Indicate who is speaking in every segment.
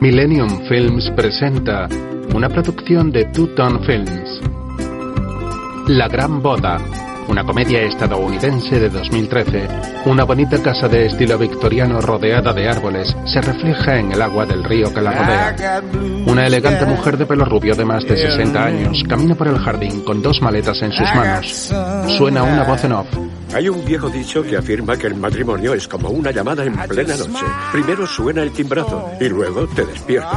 Speaker 1: Millennium Films presenta una producción de Two Tone Films. La Gran Boda, una comedia estadounidense de 2013. Una bonita casa de estilo victoriano rodeada de árboles se refleja en el agua del río que la rodea. Una elegante mujer de pelo rubio de más de 60 años camina por el jardín con dos maletas en sus manos. Suena una voz en off.
Speaker 2: Hay un viejo dicho que afirma que el matrimonio es como una llamada en plena noche. Primero suena el timbrazo y luego te despiertas.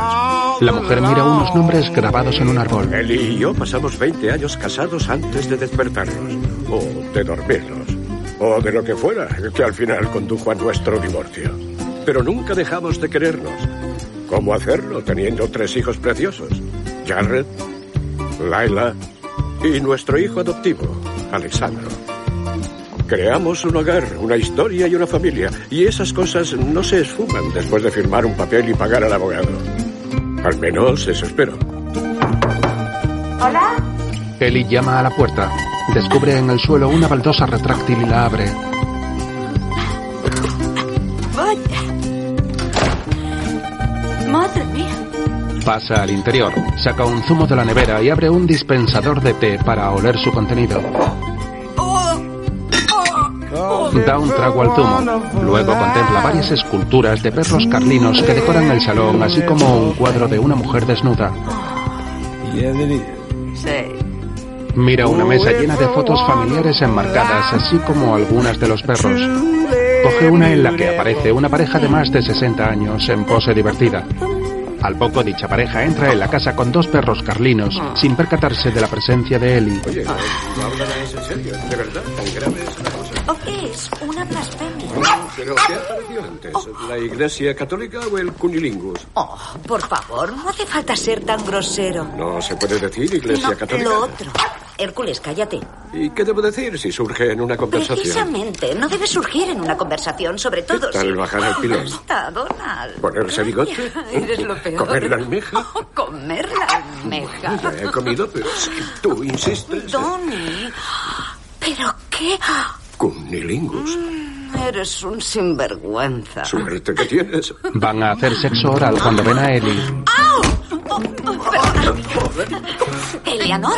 Speaker 1: La mujer mira unos nombres grabados en un árbol.
Speaker 2: Él y yo pasamos 20 años casados antes de despertarnos, o de dormirnos, o de lo que fuera, que al final condujo a nuestro divorcio. Pero nunca dejamos de querernos. ¿Cómo hacerlo teniendo tres hijos preciosos? Jared, Laila y nuestro hijo adoptivo, Alexandro. Creamos un hogar, una historia y una familia. Y esas cosas no se esfuman después de firmar un papel y pagar al abogado. Al menos eso espero.
Speaker 3: Hola.
Speaker 1: Ellie llama a la puerta. Descubre en el suelo una baldosa retráctil y la abre.
Speaker 3: Vaya. Madre mía.
Speaker 1: Pasa al interior, saca un zumo de la nevera y abre un dispensador de té para oler su contenido. Da un trago al zumo. Luego contempla varias esculturas de perros carlinos que decoran el salón, así como un cuadro de una mujer desnuda.
Speaker 4: é
Speaker 1: Mira una mesa llena de fotos familiares enmarcadas, así como algunas de los perros. Coge una en la que aparece una pareja de más de 60 años en pose divertida. Al poco dicha pareja entra en la casa con dos perros carlinos, sin percatarse de la presencia de Ellie.
Speaker 2: Oye, ¿no en serio? ¿De verdad? ¿Tan grave es la cosa?
Speaker 3: ¿O qué es? ¿Una blasfemia?
Speaker 2: ¿Pero qué apareció antes? ¿La iglesia católica o el cunilingus?
Speaker 3: Oh, por favor, no hace falta ser tan grosero.
Speaker 2: No se puede decir iglesia
Speaker 3: No,
Speaker 2: católica.
Speaker 3: lo otro. Hércules, cállate.
Speaker 2: ¿Y qué debo decir si surge en una conversación?
Speaker 3: Precisamente, no debe surgir en una conversación, sobre todo
Speaker 2: tal
Speaker 3: si...
Speaker 2: bajar al pilón? Pues-
Speaker 3: Basta, Donald.
Speaker 2: ¿Ponerse bigote?
Speaker 3: Eres lo peor. Oh,
Speaker 2: ¿Comer la almeja?
Speaker 3: Comer la almeja.
Speaker 2: Ya he comido, pero si tú insistes.
Speaker 3: Donny, ¿pero qué?
Speaker 2: Cunilingus.
Speaker 3: Eres un sinvergüenza.
Speaker 2: Suerte que tienes.
Speaker 1: Van a hacer sexo oral cuando ven a Ellie.
Speaker 5: Oh.
Speaker 3: Eleanor.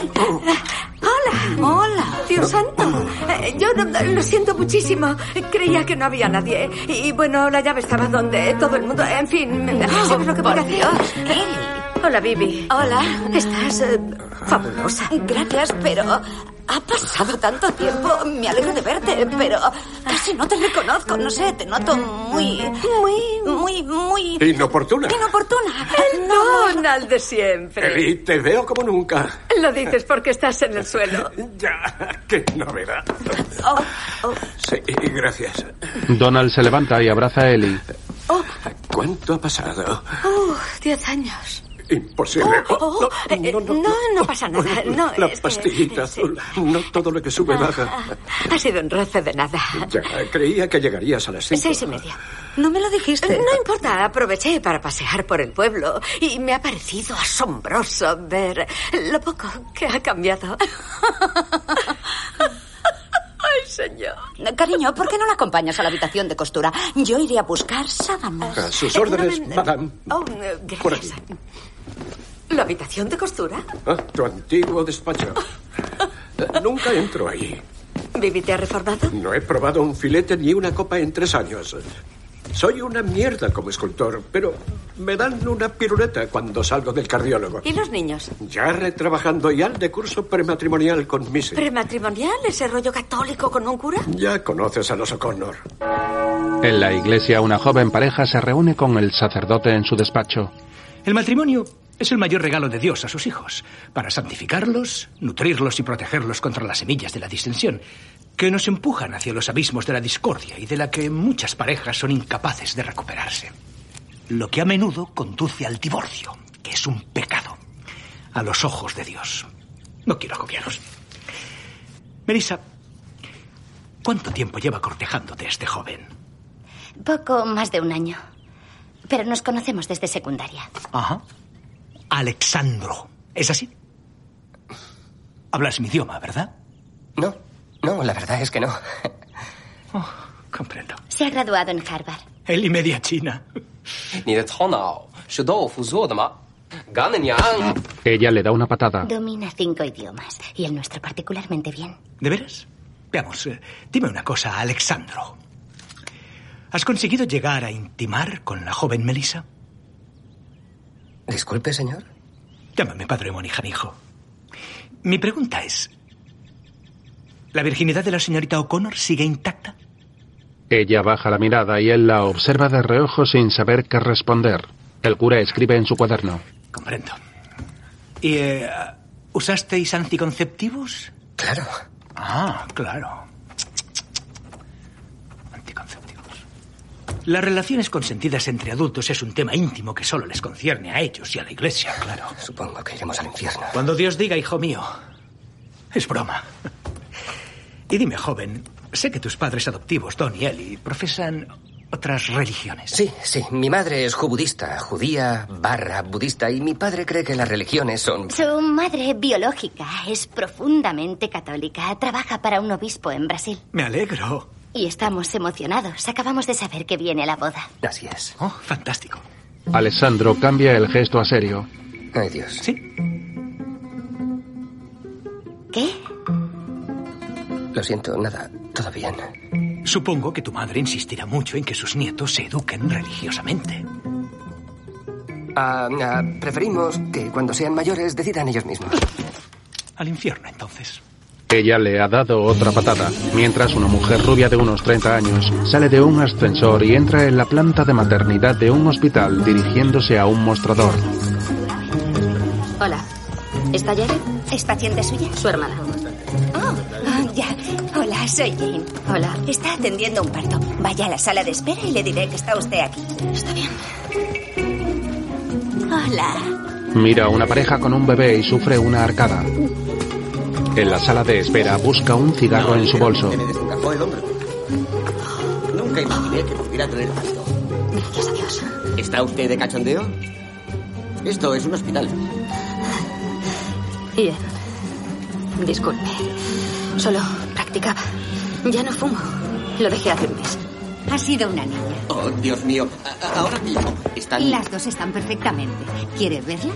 Speaker 5: Hola. Hola. Dios santo. Eh, Yo no- lo siento muchísimo. Creía que no había nadie. Y bueno, la llave estaba donde todo el mundo. En fin, me- ¿sabes lo que voy a
Speaker 3: Oh, Por
Speaker 5: hacer?
Speaker 3: Dios, Ellie.
Speaker 5: Hola, Bibi.
Speaker 3: Hola.
Speaker 5: Estás eh, fabulosa.
Speaker 3: Gracias, pero ha pasado tanto tiempo. Me alegro de verte, pero casi no te reconozco. No sé, te noto muy, muy, muy, muy
Speaker 2: Inoportuna.
Speaker 3: inoportuna.
Speaker 5: Donald de siempre.
Speaker 2: Eli, te veo como nunca.
Speaker 5: Lo dices porque estás en el suelo.
Speaker 2: Ya, qué novedad.
Speaker 3: Oh, oh,
Speaker 2: Sí, gracias.
Speaker 1: Donald se levanta y abraza a Ellie.
Speaker 2: ¿Cuánto ha pasado?
Speaker 5: Uh, diez años.
Speaker 2: Imposible.
Speaker 5: Oh, eh, eh, no, no pasa nada. Ah, No,
Speaker 2: La
Speaker 5: es que-
Speaker 2: pastillita
Speaker 5: sí. Ah,
Speaker 2: azul. No todo lo que sube baja.
Speaker 5: Ha sido un roce de nada.
Speaker 2: Ya, creía que llegarías a las cinco.
Speaker 5: Seis y media.
Speaker 3: no me lo dijiste.
Speaker 5: No importa, aproveché para pasear por el pueblo y me ha parecido asombroso ver lo poco que ha cambiado. Ay, señor.
Speaker 3: Cariño, ¿por qué no la acompañas a la habitación de costura? Yo iré a buscar sábanas.
Speaker 2: A Ah, sus órdenes,
Speaker 5: No me-
Speaker 2: madame.
Speaker 5: Oh, eh, gracias.
Speaker 2: Por aquí.
Speaker 5: ¿La habitación de costura?
Speaker 2: Ah, tu antiguo despacho. Eh, Nunca entro ahí.
Speaker 5: ¿Vivi te ha reformado?
Speaker 2: No he probado un filete ni una copa en tres años. Soy una mierda como escultor, pero me dan una piruleta cuando salgo del cardiólogo.
Speaker 5: ¿Y los niños?
Speaker 2: Ya retrabajando y al de curso prematrimonial con Missy.
Speaker 5: ¿Prematrimonial? ¿Ese rollo católico con un cura?
Speaker 2: Ya conoces a los O'Connor.
Speaker 1: En la iglesia, una joven pareja se reúne con el sacerdote en su despacho.
Speaker 6: El matrimonio es el mayor regalo de Dios a sus hijos, para santificarlos, nutrirlos y protegerlos contra las semillas de la distensión, que nos empujan hacia los abismos de la discordia y de la que muchas parejas son incapaces de recuperarse. Lo que a menudo conduce al divorcio, que es un pecado, a los ojos de Dios. No quiero agobiaros. Melissa, ¿cuánto tiempo lleva cortejándote este joven?
Speaker 7: Poco más de un año. Pero nos conocemos desde secundaria.
Speaker 6: Ajá. Alexandro. ¿Es así? Hablas mi idioma, ¿verdad?
Speaker 4: No, no, la verdad es que no.
Speaker 6: Comprendo.
Speaker 7: Se ha graduado en Harvard.
Speaker 6: El y media china.
Speaker 4: Ni de Tonao. Shudo, Fuzuo, Dama, Ganen, Yang.
Speaker 1: Ella le da una
Speaker 6: Ah.
Speaker 1: patada.
Speaker 7: Domina cinco idiomas y el nuestro particularmente bien.
Speaker 6: ¿De veras? Veamos, eh, dime una cosa, Alexandro. ¿Has conseguido llegar a intimar con la joven Melissa?
Speaker 4: Disculpe, señor.
Speaker 6: Llámame padre Monijanijo. Mi pregunta es... ¿La virginidad de la señorita O'Connor sigue intacta?
Speaker 1: Ella baja la mirada y él la observa de reojo sin saber qué responder. El cura escribe en su cuaderno.
Speaker 6: Comprendo. ¿Y eh, usasteis anticonceptivos?
Speaker 4: Claro.
Speaker 6: Ah, claro. Anticonceptivos. Las relaciones consentidas entre adultos es un tema íntimo que solo les concierne a ellos y a la iglesia, claro.
Speaker 4: Supongo que iremos al infierno.
Speaker 6: Cuando Dios diga, hijo mío, es broma. Y dime, joven, sé que tus padres adoptivos, Don y Eli, profesan otras religiones.
Speaker 4: Sí, sí. Mi madre es jubudista, judía barra budista, y mi padre cree que las religiones son.
Speaker 7: Su madre biológica es profundamente católica. Trabaja para un obispo en Brasil.
Speaker 6: Me alegro.
Speaker 7: Y estamos emocionados. Acabamos de saber que viene la boda.
Speaker 4: Así es.
Speaker 6: Oh, fantástico.
Speaker 1: Alessandro cambia el gesto a serio.
Speaker 4: Ay, Dios.
Speaker 6: Sí,
Speaker 7: ¿Qué?
Speaker 4: Lo siento, nada. Todo bien.
Speaker 6: supongo que tu madre insistirá mucho en que sus nietos se eduquen religiosamente.
Speaker 4: Ah, ah, preferimos que cuando sean mayores decidan ellos mismos.
Speaker 6: Al infierno, entonces.
Speaker 1: Ella le ha dado otra patada, mientras una mujer rubia de unos 30 años sale de un ascensor y entra en la planta de maternidad de un hospital dirigiéndose a un mostrador.
Speaker 8: Hola. ¿Está Jared?
Speaker 7: ¿Es paciente suya?
Speaker 8: Su hermana.
Speaker 7: Oh, ah, ya. Hola, soy Jane.
Speaker 8: Hola.
Speaker 7: Está atendiendo un parto. Vaya a la sala de espera y le diré que está usted aquí.
Speaker 8: Está bien.
Speaker 7: Hola.
Speaker 1: Mira a una pareja con un bebé y sufre una arcada. En la sala de espera busca un cigarro en su bolso.
Speaker 9: me desencajó este el hombro. Nunca imaginé que pudiera tener tanto.
Speaker 8: Gracias a Dios.
Speaker 9: ¿Está usted de cachondeo? Esto es un hospital.
Speaker 8: Ian. Disculpe. Solo practicaba. Ya no fumo. Lo dejé hace un mes.
Speaker 10: Ha sido una niña.
Speaker 9: Oh, Dios mío. A- a- Ahora mismo están...
Speaker 10: Las dos están perfectamente. ¿Quiere verla?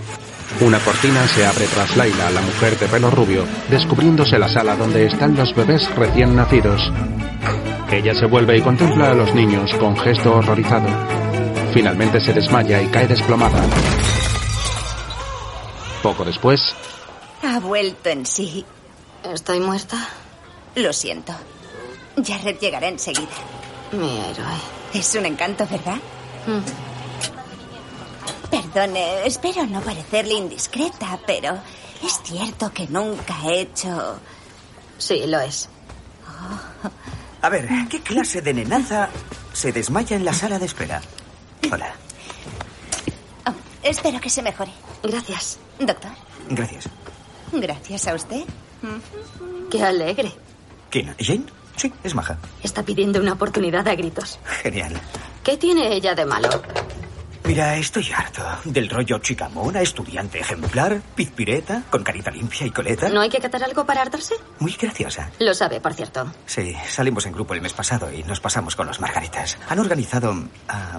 Speaker 1: Una cortina se abre tras Laila, la mujer de pelo rubio, descubriéndose la sala donde están los bebés recién nacidos. Ella se vuelve y contempla a los niños con gesto horrorizado. Finalmente se desmaya y cae desplomada. Poco después,
Speaker 7: Ha vuelto en sí.
Speaker 8: ¿Estoy muerta?
Speaker 7: Lo siento. Jared llegará enseguida.
Speaker 8: Mi héroe.
Speaker 7: Es un encanto, ¿verdad?
Speaker 8: Mm.
Speaker 7: Perdone, espero no parecerle indiscreta, pero es cierto que nunca he hecho...
Speaker 8: Sí, lo es.
Speaker 9: A ver, ¿qué clase de nenaza se desmaya en la sala de espera? Hola.
Speaker 7: Oh, espero que se mejore.
Speaker 8: Gracias.
Speaker 7: Doctor,
Speaker 9: Gracias.
Speaker 7: gracias a usted.
Speaker 8: Qué alegre.
Speaker 9: ¿Quién? ¿Jane? Sí, es maja.
Speaker 8: Está pidiendo una oportunidad a gritos.
Speaker 9: Genial.
Speaker 8: ¿Qué tiene ella de malo?
Speaker 9: Mira, estoy harto del rollo chicamona, estudiante ejemplar, pizpireta, con carita limpia y coleta.
Speaker 8: ¿No hay que catar algo para hartarse?
Speaker 9: Muy graciosa.
Speaker 8: Lo sabe, por cierto.
Speaker 9: Sí, salimos en grupo el mes pasado y nos pasamos con las margaritas. Han organizado ah,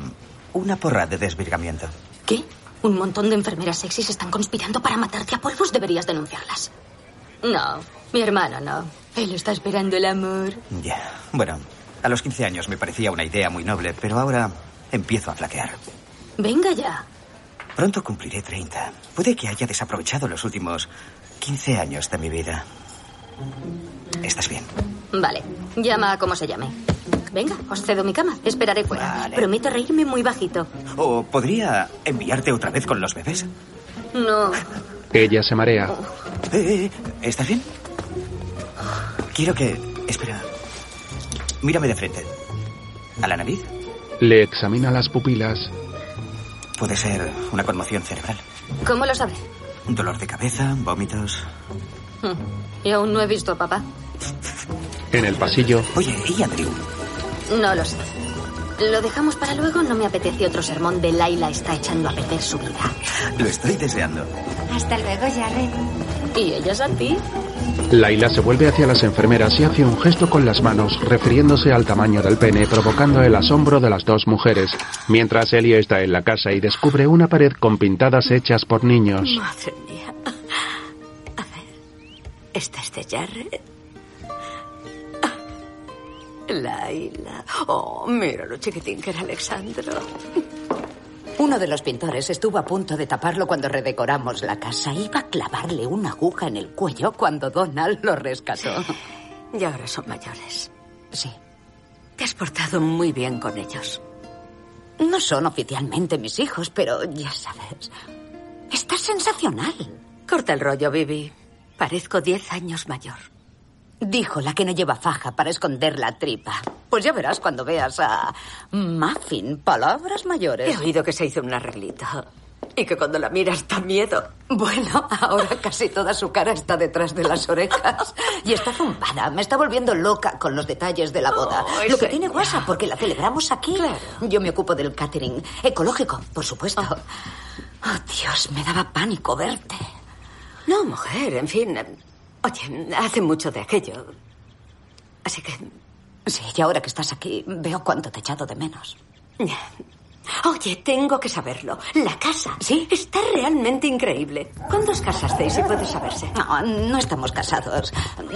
Speaker 9: una porra de desvirgamiento.
Speaker 8: ¿Qué? Un montón de enfermeras sexys están conspirando para matarte a polvos. Deberías denunciarlas. No, mi hermano no. Él está esperando el amor.
Speaker 9: Ya. Bueno, a los 15 años me parecía una idea muy noble, pero ahora empiezo a flaquear.
Speaker 8: Venga ya.
Speaker 9: Pronto cumpliré 30. Puede que haya desaprovechado los últimos 15 años de mi vida. ¿Estás bien?
Speaker 8: Vale, llama a como se llame. Venga, os cedo mi cama. Esperaré fuera.
Speaker 9: Vale.
Speaker 8: Prometo reírme muy bajito.
Speaker 9: ¿O podría enviarte otra vez con los bebés?
Speaker 8: No.
Speaker 1: ella se marea.
Speaker 9: Eh, eh, ¿Estás bien? Quiero que... Espera. Mírame de frente. ¿A la nariz?
Speaker 1: Le examina las pupilas.
Speaker 9: Puede ser una conmoción cerebral.
Speaker 8: ¿Cómo lo sabe?
Speaker 9: Dolor de cabeza, vómitos.
Speaker 8: Mm. Y aún no he visto a papá.
Speaker 1: En el pasillo,
Speaker 9: Oye, ¿y Andrew?
Speaker 8: No lo sé. Lo dejamos para luego. No me apetece otro sermón de Laila está echando a perder su vida.
Speaker 9: Lo estoy deseando.
Speaker 10: Hasta luego, Jared.
Speaker 8: ¿Y ellas a ti?
Speaker 1: Laila se vuelve hacia las enfermeras y hace un gesto con las manos, refiriéndose al tamaño del pene, provocando el asombro de las dos mujeres, mientras Ellie está en la casa y descubre una pared con pintadas hechas por niños.
Speaker 5: Madre mía. A ver. Esta es de Jared. Laila. Oh, mira lo chiquitín que era Alexandro.
Speaker 11: Uno de los pintores estuvo a punto de taparlo cuando redecoramos la casa. Iba a clavarle una aguja en el cuello cuando Donald lo rescató.
Speaker 5: Y ahora son mayores.
Speaker 11: Sí.
Speaker 5: Te has portado muy bien con ellos.
Speaker 11: No son oficialmente mis hijos, pero ya sabes. Está sensacional.
Speaker 5: Corta el rollo, Vivi. Parezco diez años mayor.
Speaker 11: Dijo la que no lleva faja para esconder la tripa. Pues ya verás cuando veas a Muffin, palabras mayores.
Speaker 5: He oído que se hizo un arreglito. Y que cuando la miras da miedo.
Speaker 11: Bueno, ahora casi toda su cara está detrás de las orejas. Y está zumbada. Me está volviendo loca con los detalles de la boda.
Speaker 5: Oh,
Speaker 11: Lo que
Speaker 5: señora.
Speaker 11: tiene guasa, porque la celebramos aquí. Yo me ocupo del catering. Ecológico, por supuesto.
Speaker 5: Ah.
Speaker 11: Oh, Dios, me daba pánico verte.
Speaker 5: No, mujer, en fin. em, Oye, hace mucho de aquello. Así que.
Speaker 11: Sí, y ahora que estás aquí, veo cuánto te he echado de menos.
Speaker 5: Oye, tengo que saberlo. La casa. Sí. Está realmente increíble. ¿Cuándo os casasteis, si puede saberse?
Speaker 11: No, no estamos casados.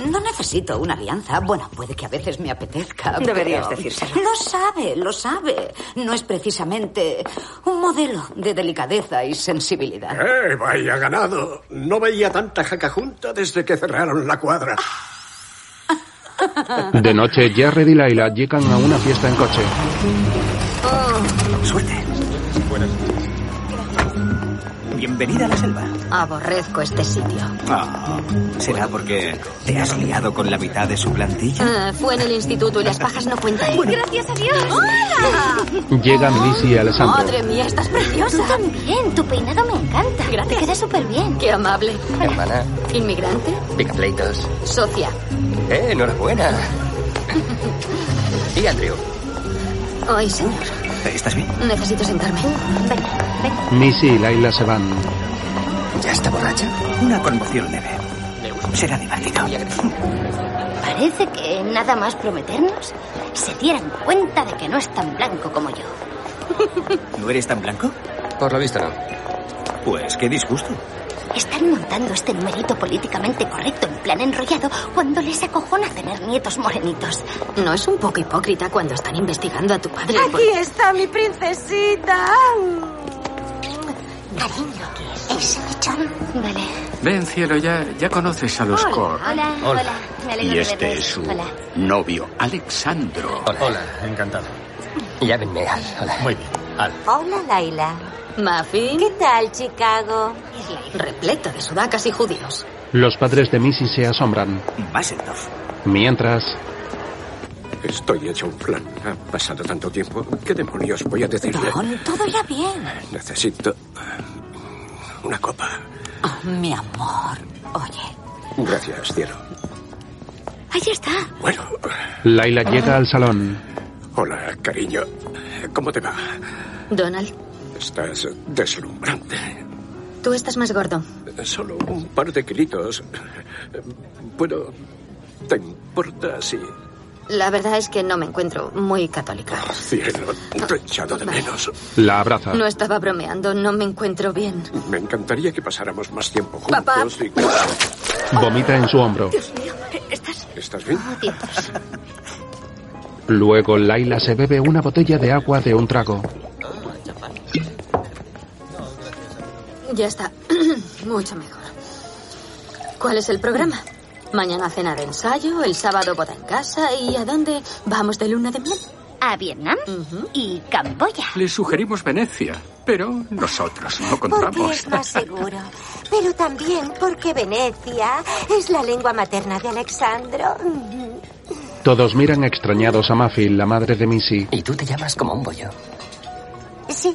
Speaker 11: No necesito una alianza. Bueno, puede que a veces me apetezca. pero-
Speaker 5: Deberías decírselo.
Speaker 11: Lo sabe, lo sabe. No es precisamente un modelo de delicadeza y sensibilidad.
Speaker 2: ¡Eh, vaya ganado! No veía tanta jaca junta desde que cerraron la cuadra.
Speaker 5: Ah,
Speaker 1: De noche, Jared y Laila llegan a una fiesta en coche.
Speaker 8: Oh.
Speaker 9: Suerte. Bienvenida a la selva.
Speaker 8: Aborrezco este sitio.
Speaker 9: Ah, ¿Será porque te has liado con la mitad de su plantilla?
Speaker 8: Ah, fue en el instituto y las pajas no cuentan.
Speaker 10: Gracias a Dios.
Speaker 8: ¡Hola!
Speaker 1: Llegan Missy y Alessandro.
Speaker 8: Madre mía, estás preciosa. Tú también, tu peinado me encanta. Gracias. Te queda súper bien. Qué amable.
Speaker 4: Hermana,
Speaker 8: Inmigrante,
Speaker 4: picapleitos.
Speaker 8: socia.
Speaker 4: Eh, enhorabuena. Y Andrew.
Speaker 8: Ay, señor,
Speaker 9: ¿Estás bien?
Speaker 8: necesito sentarme.
Speaker 1: Missy y Laila se van.
Speaker 9: ¿Ya está borracha? Una conmoción leve. Será divertido.
Speaker 12: Parece que nada más prometernos se dieran cuenta de que no es tan blanco como yo.
Speaker 9: ¿No eres tan blanco?
Speaker 4: Por lo visto no.
Speaker 9: Pues qué disgusto.
Speaker 12: Están montando este numerito políticamente correcto en plan enrollado cuando les acojona tener nietos morenitos.
Speaker 8: No es un poco hipócrita cuando están investigando a tu padre.
Speaker 12: Aquí está mi princesita. Cariño, ¿es lechón? Vale.
Speaker 13: Ven, cielo, ya, ya conoces a los Korg.
Speaker 12: Hola, hola, Me alegro
Speaker 13: Y
Speaker 12: de
Speaker 13: este
Speaker 12: verles.
Speaker 13: es su
Speaker 12: Hola.
Speaker 13: novio, Alexandro.
Speaker 4: Hola.
Speaker 13: encantado.
Speaker 4: Ya venme Al. Hola.
Speaker 13: Muy bien, Al.
Speaker 8: Hola, Laila. Muffin. ¿Qué tal, Chicago? Repleta de sudacas y judíos.
Speaker 1: Los padres de Missy se asombran. Mientras,
Speaker 2: Estoy hecho un plan. Ha pasado tanto tiempo. ¿Qué demonios voy a decirle?
Speaker 11: Todo irá bien.
Speaker 2: Necesito eh, una copa.
Speaker 11: Ah, mi amor. Oye,
Speaker 2: Gracias, cielo.
Speaker 12: Ahí está.
Speaker 2: Bueno,
Speaker 1: Laila llega al salón.
Speaker 2: hola, cariño. ¿Cómo te va?
Speaker 8: Donald,
Speaker 2: Estás deslumbrante.
Speaker 8: tú estás más gordo.
Speaker 2: Solo un par de kilitos. Bueno, ¿te importa si...
Speaker 8: La verdad es que no me encuentro muy católica.
Speaker 2: Cielo, te he echado de menos.
Speaker 1: La
Speaker 2: Ah.
Speaker 1: abraza.
Speaker 8: No estaba bromeando, no me encuentro bien.
Speaker 2: Me encantaría que pasáramos más tiempo juntos.
Speaker 8: Papá.
Speaker 2: y que-
Speaker 1: vomita en su hombro.
Speaker 2: ¿Estás bien?
Speaker 1: Luego, Laila se bebe una botella de agua de un trago.
Speaker 8: Ya está. Mucho mejor. ¿Cuál es el programa? Mañana cena de ensayo, el sábado boda en casa y ¿a dónde vamos de luna de miel?
Speaker 12: A Vietnam y Camboya.
Speaker 13: Le sugerimos Venecia, pero nosotros no
Speaker 14: Porque
Speaker 13: contamos.
Speaker 14: es más seguro. Pero también porque Venecia es la lengua materna de Alexandro.
Speaker 1: Todos miran extrañados a Muffy, la madre de Missy.
Speaker 4: Y tú te llamas como un bollo.
Speaker 5: Sí.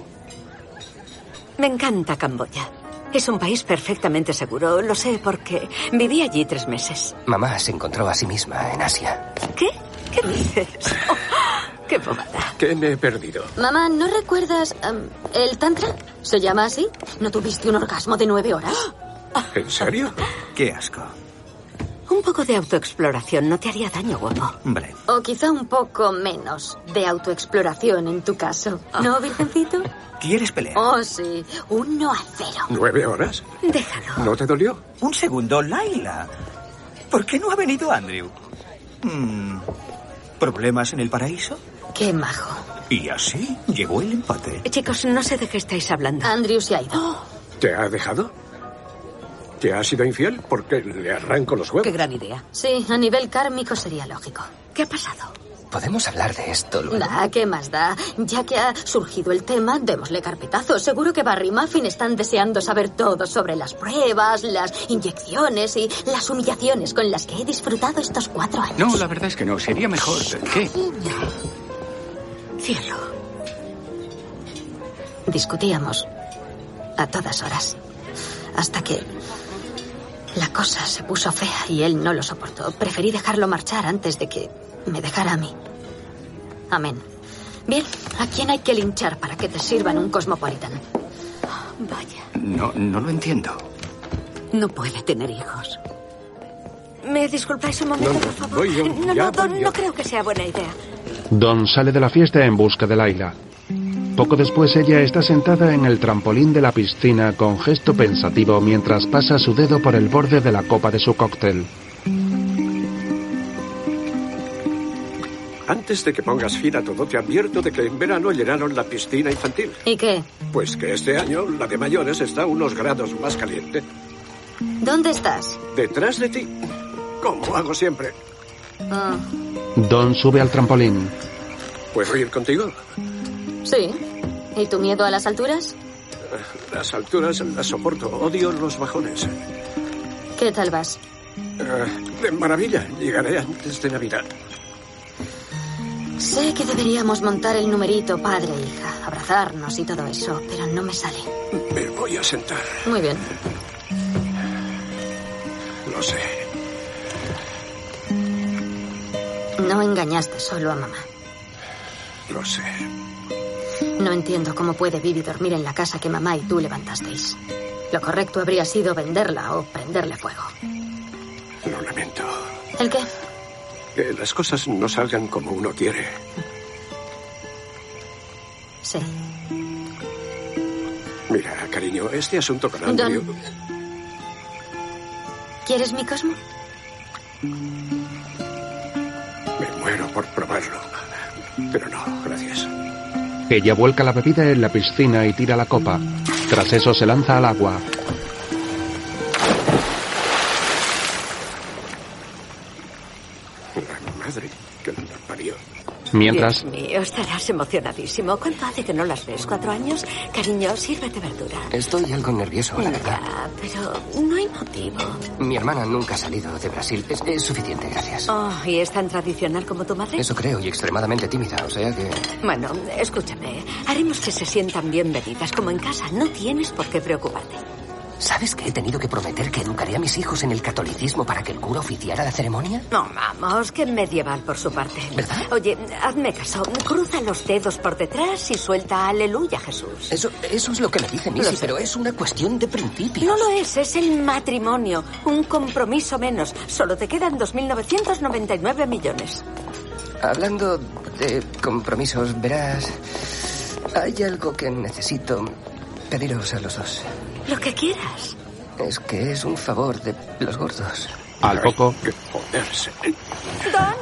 Speaker 5: Me encanta Camboya. Es un país perfectamente seguro. Lo sé porque viví allí tres meses.
Speaker 4: Mamá se encontró a sí misma en Asia.
Speaker 5: ¿Qué? ¿Qué dices? Oh, ¡Qué bobada!
Speaker 2: ¿Qué me he perdido?
Speaker 8: Mamá, ¿no recuerdas em, el tantra? ¿Se llama así? ¿No tuviste un orgasmo de nueve horas?
Speaker 2: ¿En serio?
Speaker 9: Qué asco.
Speaker 5: Un poco de autoexploración no te haría daño, guapo.
Speaker 9: Vale.
Speaker 8: O quizá un poco menos de autoexploración en tu caso.
Speaker 12: Ah.
Speaker 8: ¿No, Virgencito?
Speaker 9: ¿Quieres pelear?
Speaker 8: Oh, sí. Uno a cero.
Speaker 2: ¿Nueve horas?
Speaker 8: Déjalo.
Speaker 2: ¿No te dolió?
Speaker 9: Un segundo, Laila. ¿Por qué no ha venido Andrew? Mm, ¿Problemas en el paraíso?
Speaker 8: Qué majo.
Speaker 9: Y así llegó el empate.
Speaker 5: Chicos, no sé de qué estáis hablando. ¡Oh!
Speaker 8: Andrew se ha ido.
Speaker 2: ¿Te ha dejado? ¿Te ha sido infiel? Porque le arranco los huevos.
Speaker 11: Qué gran idea.
Speaker 8: Sí, a nivel kármico sería lógico.
Speaker 5: ¿Qué ha pasado?
Speaker 4: ¿Podemos hablar de esto luego?
Speaker 8: Da, ¿qué más da? Ya que ha surgido el tema, démosle carpetazo. Seguro que Barry y Muffin están deseando saber todo sobre las pruebas, las inyecciones y las humillaciones con las que he disfrutado estos cuatro años.
Speaker 13: No, la verdad es que no. Sería mejor. ¿Qué?
Speaker 5: Cielo.
Speaker 8: Discutíamos a todas horas. Hasta que la cosa se puso fea y él no lo soportó. Preferí dejarlo marchar antes de que me dejara a mí. Amén. Bien, ¿a quién hay que linchar para que te sirvan un cosmopolitan?
Speaker 5: Vaya.
Speaker 13: No, no lo entiendo.
Speaker 11: No puede tener hijos.
Speaker 5: ¿Me disculpáis un momento,
Speaker 2: No, no,
Speaker 5: por favor?
Speaker 2: voy yo,
Speaker 5: no,
Speaker 2: ya
Speaker 5: no,
Speaker 2: voy
Speaker 5: Don,
Speaker 2: yo.
Speaker 5: no creo que sea buena idea.
Speaker 1: Don sale de la fiesta en busca de Laila. Poco después ella está sentada en el trampolín de la piscina con gesto pensativo mientras pasa su dedo por el borde de la copa de su cóctel.
Speaker 2: Antes de que pongas fin a todo, te advierto de que en verano llenaron la piscina infantil.
Speaker 8: ¿Y qué?
Speaker 2: Pues que este año la de mayores está unos grados más caliente.
Speaker 8: ¿Dónde estás?
Speaker 2: Detrás de ti. Como hago siempre.
Speaker 8: Ah,
Speaker 1: Don sube al trampolín.
Speaker 2: ¿Puedo ir contigo?
Speaker 8: sí. ¿Y tu miedo a las alturas?
Speaker 2: Las alturas las soporto. Odio los bajones.
Speaker 8: ¿Qué tal vas?
Speaker 2: Ah, de maravilla. Llegaré antes de Navidad.
Speaker 8: Sé que deberíamos montar el numerito padre e hija, abrazarnos y todo eso, pero no me sale.
Speaker 2: Me voy a sentar.
Speaker 8: Muy bien.
Speaker 2: Lo sé.
Speaker 8: No engañaste solo a mamá.
Speaker 2: Lo sé.
Speaker 8: No entiendo cómo puede Vivi dormir en la casa que mamá y tú levantasteis. Lo correcto habría sido venderla o prenderle fuego.
Speaker 2: Lo lamento.
Speaker 8: ¿El qué?
Speaker 2: Que las cosas no salgan como uno quiere.
Speaker 8: Sí.
Speaker 2: Mira, cariño, este asunto con
Speaker 8: Don.
Speaker 2: Andrew...
Speaker 8: ¿Quieres mi cosmo?
Speaker 2: Me muero por probarlo. Pero no, gracias.
Speaker 1: Ella vuelca la bebida en la piscina y tira la copa. Tras eso se lanza al agua.
Speaker 2: La madre que la parió.
Speaker 1: Mientras,
Speaker 5: Dios mío, estarás emocionadísimo. ¿Cuánto hace que no las ves? ¿Cuatro años? Cariño, sírvete verdura.
Speaker 4: Estoy algo nervioso, la verdad.
Speaker 5: Ah, pero no hay motivo.
Speaker 4: Mi hermana nunca ha salido de Brasil. Es, es suficiente, gracias.
Speaker 5: Oh, ¿y es tan tradicional como tu madre?
Speaker 4: Eso creo, y extremadamente tímida, o sea que...
Speaker 5: Bueno, escúchame. Haremos que se sientan bienvenidas, como en casa. No tienes por qué preocuparte.
Speaker 4: ¿Sabes que he tenido que prometer que educaré a mis hijos en el catolicismo para que el cura oficiara la ceremonia?
Speaker 5: No, vamos, que medieval por su parte.
Speaker 4: ¿Verdad?
Speaker 5: Oye, hazme caso. Cruza los dedos por detrás y suelta aleluya, Jesús.
Speaker 4: Eso, eso es lo que me dice
Speaker 5: Lo
Speaker 4: Missy,
Speaker 5: sé.
Speaker 4: pero es una cuestión de principio.
Speaker 5: No lo es, es el matrimonio. Un compromiso menos. Solo te quedan 2.999 millones.
Speaker 4: Hablando de compromisos, verás... Hay algo que necesito pediros a los dos.
Speaker 5: Lo que quieras.
Speaker 4: Es que es un favor de los gordos.
Speaker 1: al poco,
Speaker 2: Joderse.